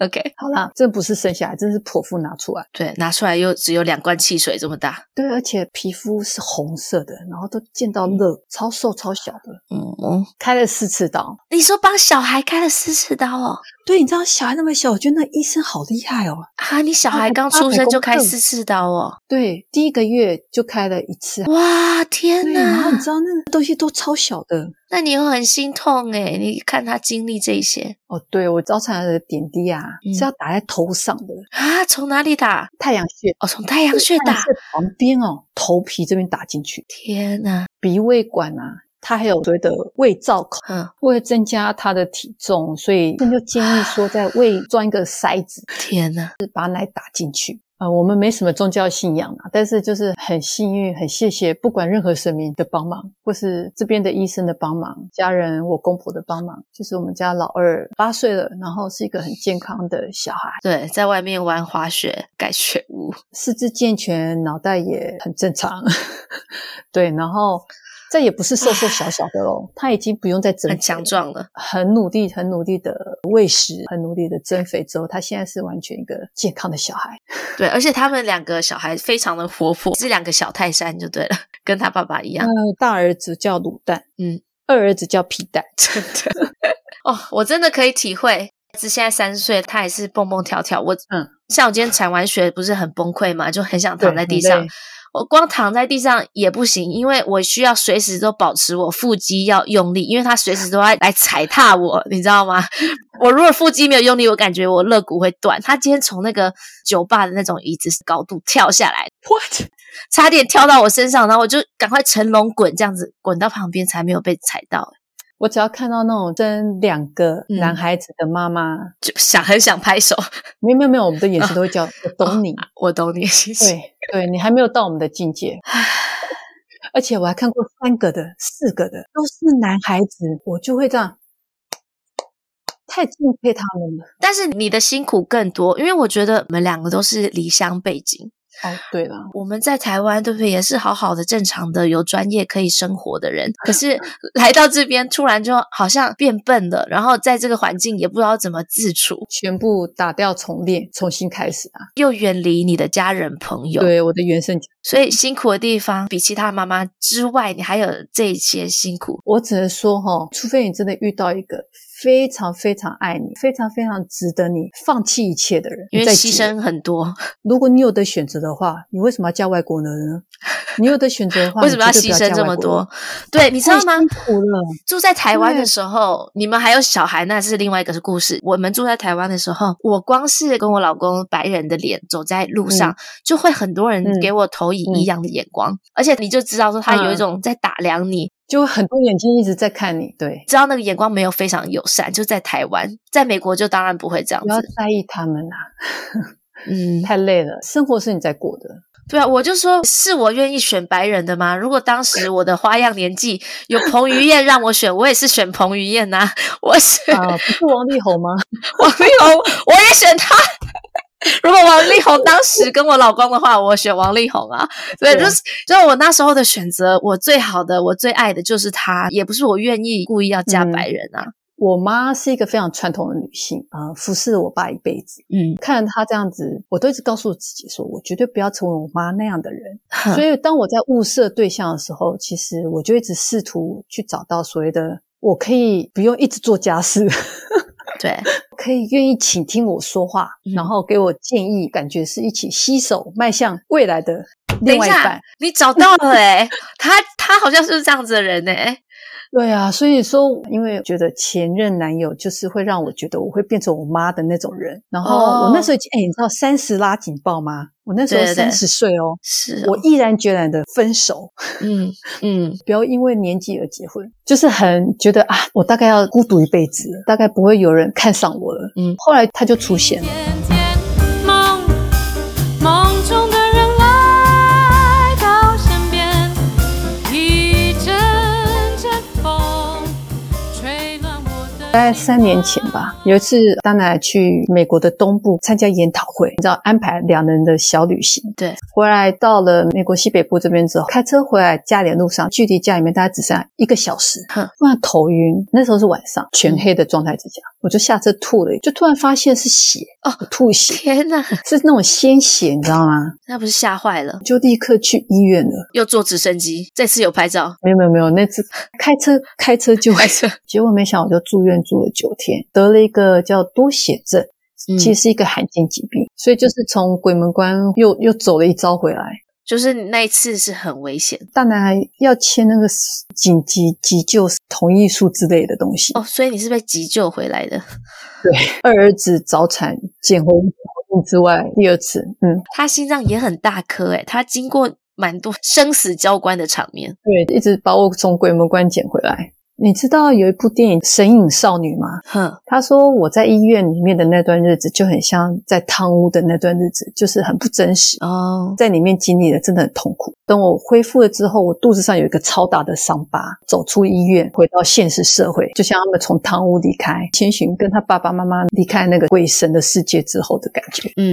OK，
好啦，这不是生下来，真是剖腹拿出来。
对，拿出来又只有两罐汽水这么大。
对，而且皮肤是红色的，然后都见到热，超瘦超小的，
嗯，
开了四次刀。
你说帮小孩开了四次刀哦？
对，你知道小孩那么小，我觉得那医生好厉害哦。
啊，你小孩刚出生就开四次刀哦？
对，第一个月就开了一次。
哇，天
对，然后你
哪！
知道那个东西都超小的。
那你又很心痛哎，你看他经历这些
哦，对，我早产儿的点滴啊、
嗯
是要打在头上的，
啊，从哪里打？
太阳穴。
哦，从太阳穴
太阳
打
穴。旁边哦，头皮这边打进去，
天哪，
鼻胃管啊，它还有所谓的胃造口。
嗯，
为了增加他的体重，所以医生就建议说，在胃装一个塞子，
天哪，
把奶打进去。啊、我们没什么宗教信仰啊，但是就是很幸运，很谢谢不管任何神明的帮忙，或是这边的医生的帮忙，家人我公婆的帮忙，就是我们家老二八岁了，然后是一个很健康的小孩，
对，在外面玩滑雪、盖雪屋，
四肢健全，脑袋也很正常， 对，然后再也不是瘦瘦小小的喽，他已经不用再增
很
肥了
强壮了。
很努力、很努力的喂食，很努力的增肥之后，他现在是完全一个健康的小孩。
对，而且他们两个小孩非常的活泼，是两个小泰山就对了，跟他爸爸一样
那。呃大儿子叫卤蛋，
嗯，
二儿子叫皮蛋，
真的 哦，我真的可以体会。儿子现在三岁，他还是蹦蹦跳跳。我
嗯，
像我今天铲完雪不是很崩溃嘛，就很想躺在地
很
上
累。
我光躺在地上也不行，因为我需要随时都保持我腹肌要用力，因为他随时都要来踩踏我，你知道吗？ 我如果腹肌没有用力，我感觉我肋骨会断。他今天从那个酒吧的那种椅子高度跳下来，what？差点跳到我身上，然后我就赶快乘龙滚，这样子滚到旁边才没有被踩到。
我只要看到那种生两个
嗯
男孩子的妈妈，
就想很想拍手，
没有没有没有，我们的眼神都会叫我懂你，
我懂你的心情。
对对，你还没有到我们的境界。而且我还看过三个的、四个的，都是男孩子，我就会这样，太敬佩他们了。
但是你的辛苦更多，因为我觉得我们两个都是离乡背景。
哦，对了，
我们在台湾，对不对？也是好好的、正常的、有专业可以生活的人，可 是来到这边，突然就好像变笨了，然后在这个环境也不知道怎么自处，
全部打掉重练，重新开始啊！
又远离你的家人朋友，
对，我的原生家，
所以辛苦的地方比其他妈妈之外，你还有这一些辛苦。
我只能说哈、除非你真的遇到一个非常非常爱你、非常非常值得你放弃一切的人，
因为
再
牺
结
牲很多，
如果你有的选择的话，你为什么要嫁外国人呢？你有的选择的 话，
为什么
你绝对
牺
不
牲
嫁
这
外
么
国人
多？？ 对，你知道吗？
太辛苦了，
住在台湾的
对
时候，你们还有小孩，那是另外一个故事。我们住在台湾的时候，我光是跟我老公白人的脸走在路上，就会很多人
嗯
给我投以
嗯
异样的眼光，而且你就知道说他有一
嗯
种在打量你，
就很多眼睛一直在看你，对，
知道那个眼光没有非常友善。就在台湾，在美国就当然不会这样
不要
子。
在意他们啊，
嗯，
太累了，生活是你在过的。
对啊，我就说是我愿意选白人的吗？如果当时我的花样年纪有彭于晏让我选，我也是选彭于晏呐、 我是。
啊，不是王力宏吗？
王力宏， 我也选他。如果王力宏当时跟我老公的话，我选王力宏 啊。对，
对
就是就是我那时候的选择，我最好的，我最爱的就是他，也不是我愿意故意要嫁白人啊。
我妈是一个非常传统的女性，啊，服侍了我爸一辈子。
嗯，
看着她这样子，我都一直告诉自己说，我绝对不要成为我妈那样的人。
哼
所以，当我在物色对象的时候，其实我就一直试图去找到所谓的我可以不用一直做家事，
对，
可以愿意倾听我说话，
嗯
然后给我建议，感觉是一起携手迈向未来的
等
另
一
外一
下
半。，
你找到了哎、 他他好像是这样子的人哎、
对啊，所以说，因为觉得前任男友就是会让我觉得我会变成我妈的那种人。然后
哦
我那时候已经，哎、你知道三十拉警报吗？我那时候
对对
三十岁哦，
是哦、
我毅然决然的分手。
嗯嗯，
不要因为年纪而结婚，就是很觉得啊，我大概要孤独一辈子了，大概不会有人看上我了。
嗯
嗯，后来他就出现了，
天天梦，梦中的人来到身边，一阵阵风吹乱我的
大概三年前吧，有一次当奶去美国的东部参加研讨会，你知道安排两人的小旅行。
对，
回来到了美国西北部这边之后，开车回来家里的路上，距离家里面大概只剩下一个小时，
哼嗯
突然头晕，那时候是晚上，全黑的状态之下，我就下车吐了，就突然发现是血
哦，
我吐血。
天哪，
是那种鲜血，你知道吗？
那不是吓坏了？
就立刻去医院了。
又坐直升机，这次有拍 照，
没有没有没有，那次开车开车就哎
拍摄，
结果没想到我就住院住了九天，得了一个叫多血症，
嗯
其实是一个罕见疾病，所以就是从鬼门关又又走了一遭回来。
就是那一次是很危险
大男孩要签那个紧急急救同意书之类的东西。
哦，所以你是被急救回来的。
二儿子早产捡回一条命之外，第二次，嗯，
他心脏也很大颗诶，他经过蛮多 生死交关的场面。
对，一直把我从鬼门关捡回来。你知道有一部电影《神隐少女》吗？
哼，
他说我在医院里面的那段日子就很像在汤屋的那段日子，就是很不真实。
哦，
在里面经历的真的很痛苦。等我恢复了之后，我肚子上有一个超大的伤疤。走出医院，回到现实社会，就像他们从汤屋离开，千寻跟他爸爸妈妈离开那个鬼神的世界之后的感觉。
嗯，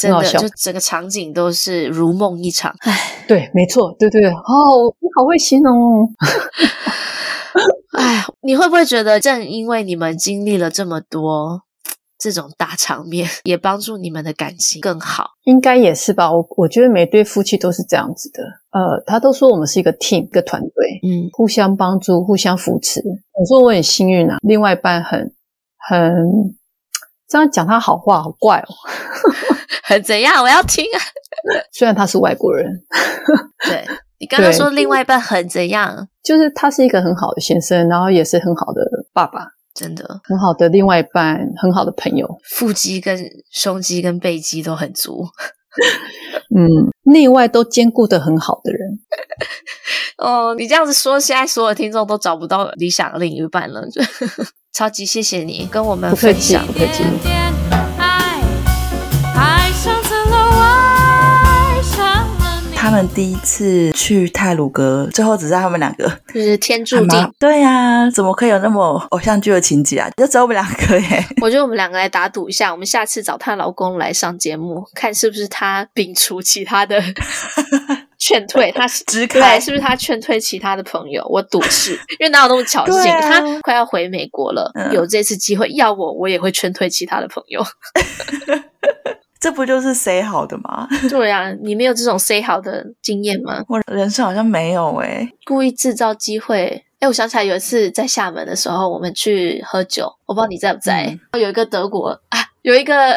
真
很好
的，
笑
就整个场景都是如梦一场。
对，没错，对对对。哦，你好会形容哦。
哎，你会不会觉得正因为你们经历了这么多这种大场面，也帮助你们的感情更好？
应该也是吧，我我觉得每对夫妻都是这样子的。呃，他都说我们是一个 team，一个团队，
嗯，
互相帮助，互相扶持。我说我很幸运啊，另外一半很很这样讲他好话好怪哦。
很怎样？我要听 啊！
虽然他是外国人，
对你刚刚
对
说另外一半很怎样？
就是他是一个很好的先生，然后也是很好的爸爸，
真的，
很好的另外一半，很好的朋友。
腹肌跟胸肌跟背肌都很足。
嗯，内外都兼顾的很好的人，
哦，你这样子说，现在所有听众都找不到理想的另一半了，就 超级谢谢你跟我们
不客
分
气，
享
不。客气。
点爱，爱上层楼，爱上了你。
他们第一次去泰鲁格，最后只剩他们两个，
就是天
还
注
蛮
定，
对呀、怎么可以有那么偶像剧的情节啊？就只有我们两个耶，
我觉得我们两个来打赌一下，我们下次找她老公来上节目，看是不是他摒除其他的劝退，他是
支开
对，是不是他劝退其他的朋友？我赌是，因为哪有那么巧的事情？
对啊
他快要回美国了，
嗯
有这次机会，要我我也会劝退其他的朋友。
这不就是 say 好的吗？
对啊，你没有这种 say 好的经验吗？
我人生好像没有哎，
故意制造机会。哎，我想起来有一次在厦门的时候，我们去喝酒，我不知道你在不在。
嗯
有一个德国 啊，有一个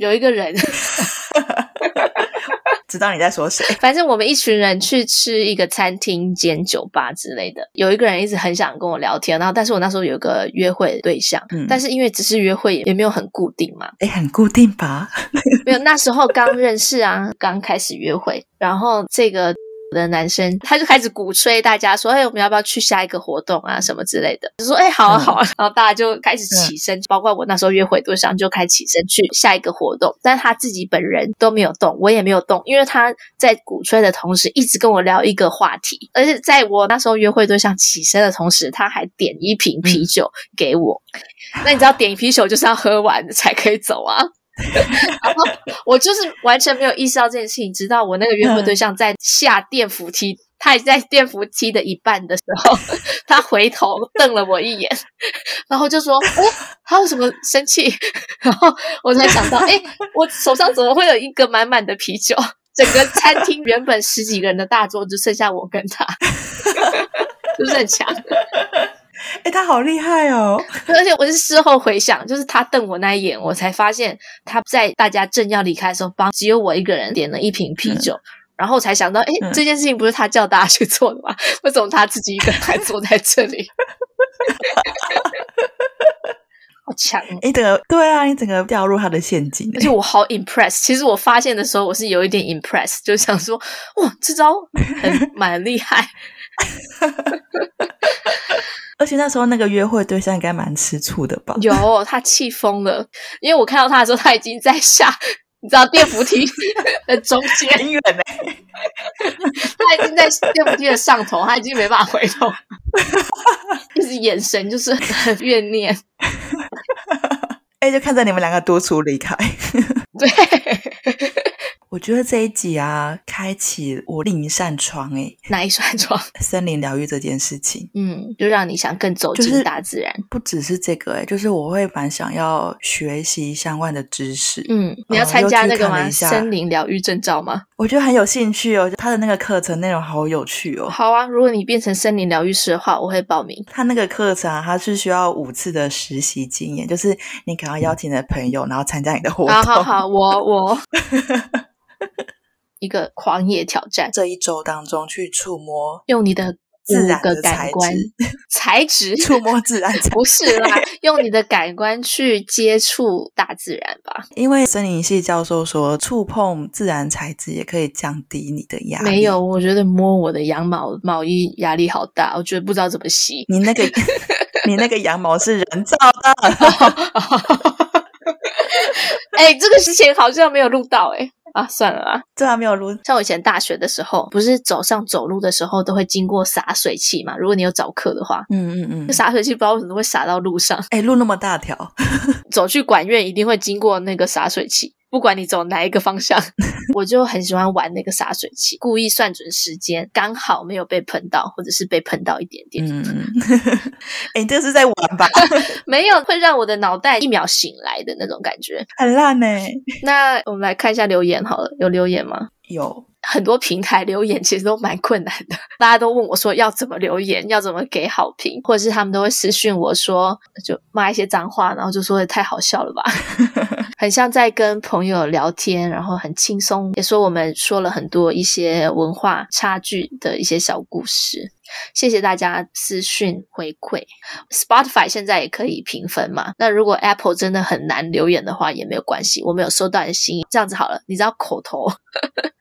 有一个人，
知道你 在说谁？
反正我们一群人去吃一个餐厅兼酒吧之类的，有一个人一直很想跟我聊天，然后但是我那时候有个约会的对象，
嗯
但是因为只是约会也没有很固定嘛，
哎，很固定吧？
没有那时候刚认识啊，刚开始约会，然后这个。的男生他就开始鼓吹大家说：“哎，我们要不要去下一个活动啊，什么之类的？”就说：“哎，好啊，
嗯
好啊。然后大家就开始起身，包括我那时候约会对象就开始起身去下一个活动，但是他自己本人都没有动，我也没有动，因为他在鼓吹的同时一直跟我聊一个话题，而且在我那时候约会对象起身的同时，他还点一瓶啤酒给我。那你知道点一啤酒就是要喝完才可以走啊？ 然后我就是完全没有意识到这件事情，直到我那个约会对象在下电扶梯，他也在电扶梯的一半的时候， 他回头瞪了我一眼，然后就说：“哦，他为什么生气？” 然后我才想到，哎，我手上怎么会有一个满满的啤酒？整个餐厅原本十几个人的大桌，就剩下我跟他， 是不是很强？
哎，他好厉害哦！
而且我是事后回想，就是他瞪我那一眼，我才发现他在大家正要离开的时候，帮只有我一个人点了一瓶啤酒，然后我才想到，哎、
嗯
这件事情不是他叫大家去做的吗？为什么他自己一个人还坐在这里？ 好强哦！
你整个对啊，你整个掉入他的陷阱
而且我好 impress，其实我发现的时候，我是有一点 impress，就想说，哇，这招很蛮厉害。
而且那时候那个约会对象应该蛮吃醋的吧？
有，哦他气疯了，因为我看到他的时候，他已经在下，你知道电扶梯的中间，
很远呢，
他已经在电扶梯的上头，他已经没办法回头。就是眼神就是很怨念。
哎，就看着你们两个独处离开。
对，
我觉得这一集啊，开启我另一扇窗、欸，
哪一扇窗？
哎，森林疗愈这件事情，
嗯，就让你想更走
就是
进大自然。
不只是这个、欸，哎，就是我会蛮想要学习相关的知识。
嗯，你要
哦
参
又
加
去
那个
看了
吗？
一下
森林疗愈证照吗？
我觉得很有兴趣哦，他的那个课程内容好有趣哦。
好啊，如果你变成森林疗愈师的话，我会报名。
他那个课程啊，他是需要五次的实习经验，就是你可能要邀请你的朋友，然后参加你的活动。
啊好好好，我 我一个狂野挑战，
这一周当中去触摸
用你的
自
五
然
个
的
感
材
官
质，
材质
触摸自然材质。
不是啦，用你的感官去接触大自然吧。
因为森林系教授说，触碰自然材质也可以降低你的压力。
没有，，我觉得摸我的羊毛毛衣压力好大，我觉得不知道怎么吸。
你 那个你那个羊毛是人造的。
哎、这个事情好像没有录到哎、啊，算了啦。
对啊，没有录。
像我以前大学的时候，不是走上走路的时候都会经过洒水器嘛？如果你有早课的话，
嗯嗯嗯
那。洒水器不知道为什么会洒到路上。
哎，路那么大条，
走去管院一定会经过那个洒水器，不管你走哪一个方向， 我就很喜欢玩那个洒水器，故意算准时间，刚好没有被喷到，或者是被喷到一点点，
嗯嗯嗯。 哎，你这是在玩吧？
没有会让我的脑袋一秒醒来的那种感觉。
很烂呢、
那我们来看一下留言好了，有留言吗？
有，
很多平台留言其实都蛮困难的， 大家都问我说要怎么留言，要怎么给好评，或者是他们都会私讯我说就骂一些脏话，然后就说太好笑了吧，很像在跟朋友聊天，然后很轻松，也说我们说了很多一些文化差距的一些小故事。谢谢大家私讯回馈，Spotify 现在也可以评分嘛？那如果 Apple 真的很难留言的话，也没有关系，我们有收到你的心意。这样子好了，你知道口头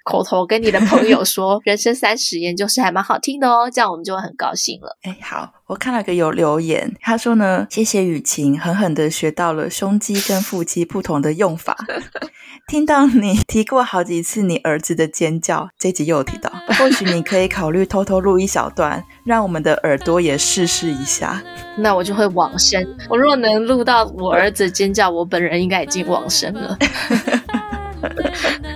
口头跟你的朋友说人生三十研究室还蛮好听的哦，这样我们就会很高兴了。
哎，好，我看了个有留言，他说呢，谢谢雨晴，狠狠的学到了胸肌跟腹肌不同的用 法。听到你提过好几次你儿子的尖叫，这集又有提到，或许你可以考虑偷偷录一小段，让我们的耳朵也试试一下。
那我就会往生。我如果能录到我儿子尖叫，我本人应该已经往生 了。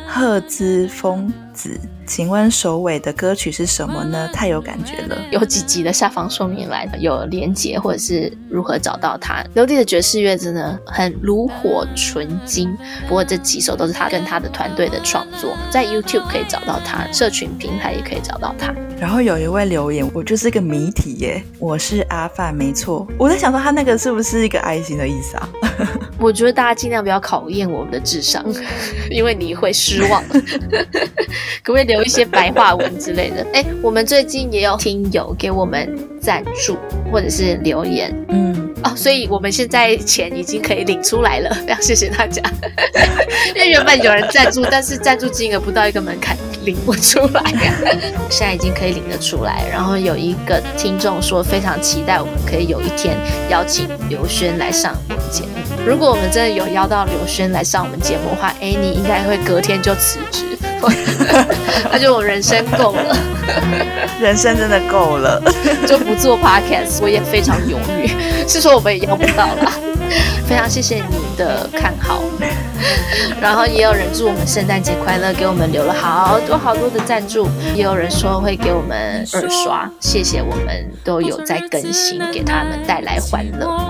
赫兹疯子，请问首尾的歌曲是什么呢？太有感觉了。
有几集的下方说明栏有连结，或者是如何找到他。刘弟的爵士乐真的很炉火纯青，不过这几首都是他跟他的团队的创作，在 YouTube 可以找到他，社群平台也可以找到他。
然后有一位留言，我就是个谜题耶，我是阿范，没错。我在想说他那个是不是一个爱心的意思啊？
我觉得大家尽量不要考验我们的智商，因为你会失望。 可不可以留一些白话文之类的？哎，我们最近也有听友给我们赞助或者是留言
嗯，
哦，所以我们现在钱已经可以领出来了， 非常谢谢大家。因为原本有人赞助，但是赞助金额不到一个门槛，领不出来、 现在已经可以领得出来。然后有一个听众说，非常期待我们可以有一天邀请刘轩来上我们节目。如果我们真的有邀到刘轩来上我们节目的话，哎，你应该会隔天就辞职， 那就我人生够了。
人生真的够了。
就不做 podcast，我也非常犹豫，是说我们也要不到啦。非常谢谢你的看好，然后也有人祝我们圣诞节快乐，给我们留了好多好多的赞助，也有人说会给我们耳刷，谢谢我们都有在更新，给他们带来欢乐，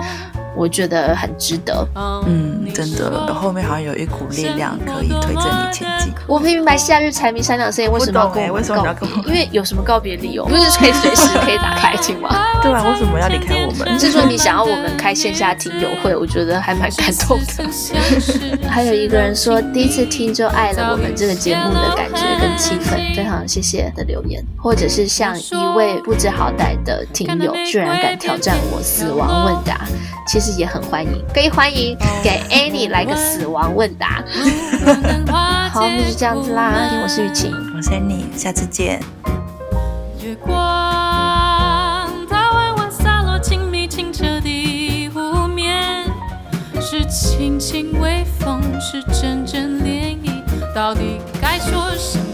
我觉得很值得。
哦
嗯，真的，后面好像有一股力量可以推着你前进。
我不明白夏日蝉鸣三两声为什么要
不懂
跟
欸
我们
为什么你要
告别
跟我们
因为有什么告别理由？不是可以随时可以打开听吗？
对啊，为什么要离开我们？
是说你想要我们开线下听友会，我觉得还蛮感动的。 还有一个人说，第一次听就爱了我们这个节目的感觉跟气氛，非常谢谢的留言，或者是像一位不知好歹的听友，居然敢挑战我死亡问答，其实也很欢迎，可以欢迎给 Annie 来个死亡问答。好，
好，那
那就
就
这
这
样
样
子
子
啦
啦，。
我
我
是
是
雨
雨
晴
晴。，
我是你，下次见。
月光，它缓缓洒落静谧清澈的湖面，是轻轻微风，是阵阵涟漪，到底该说什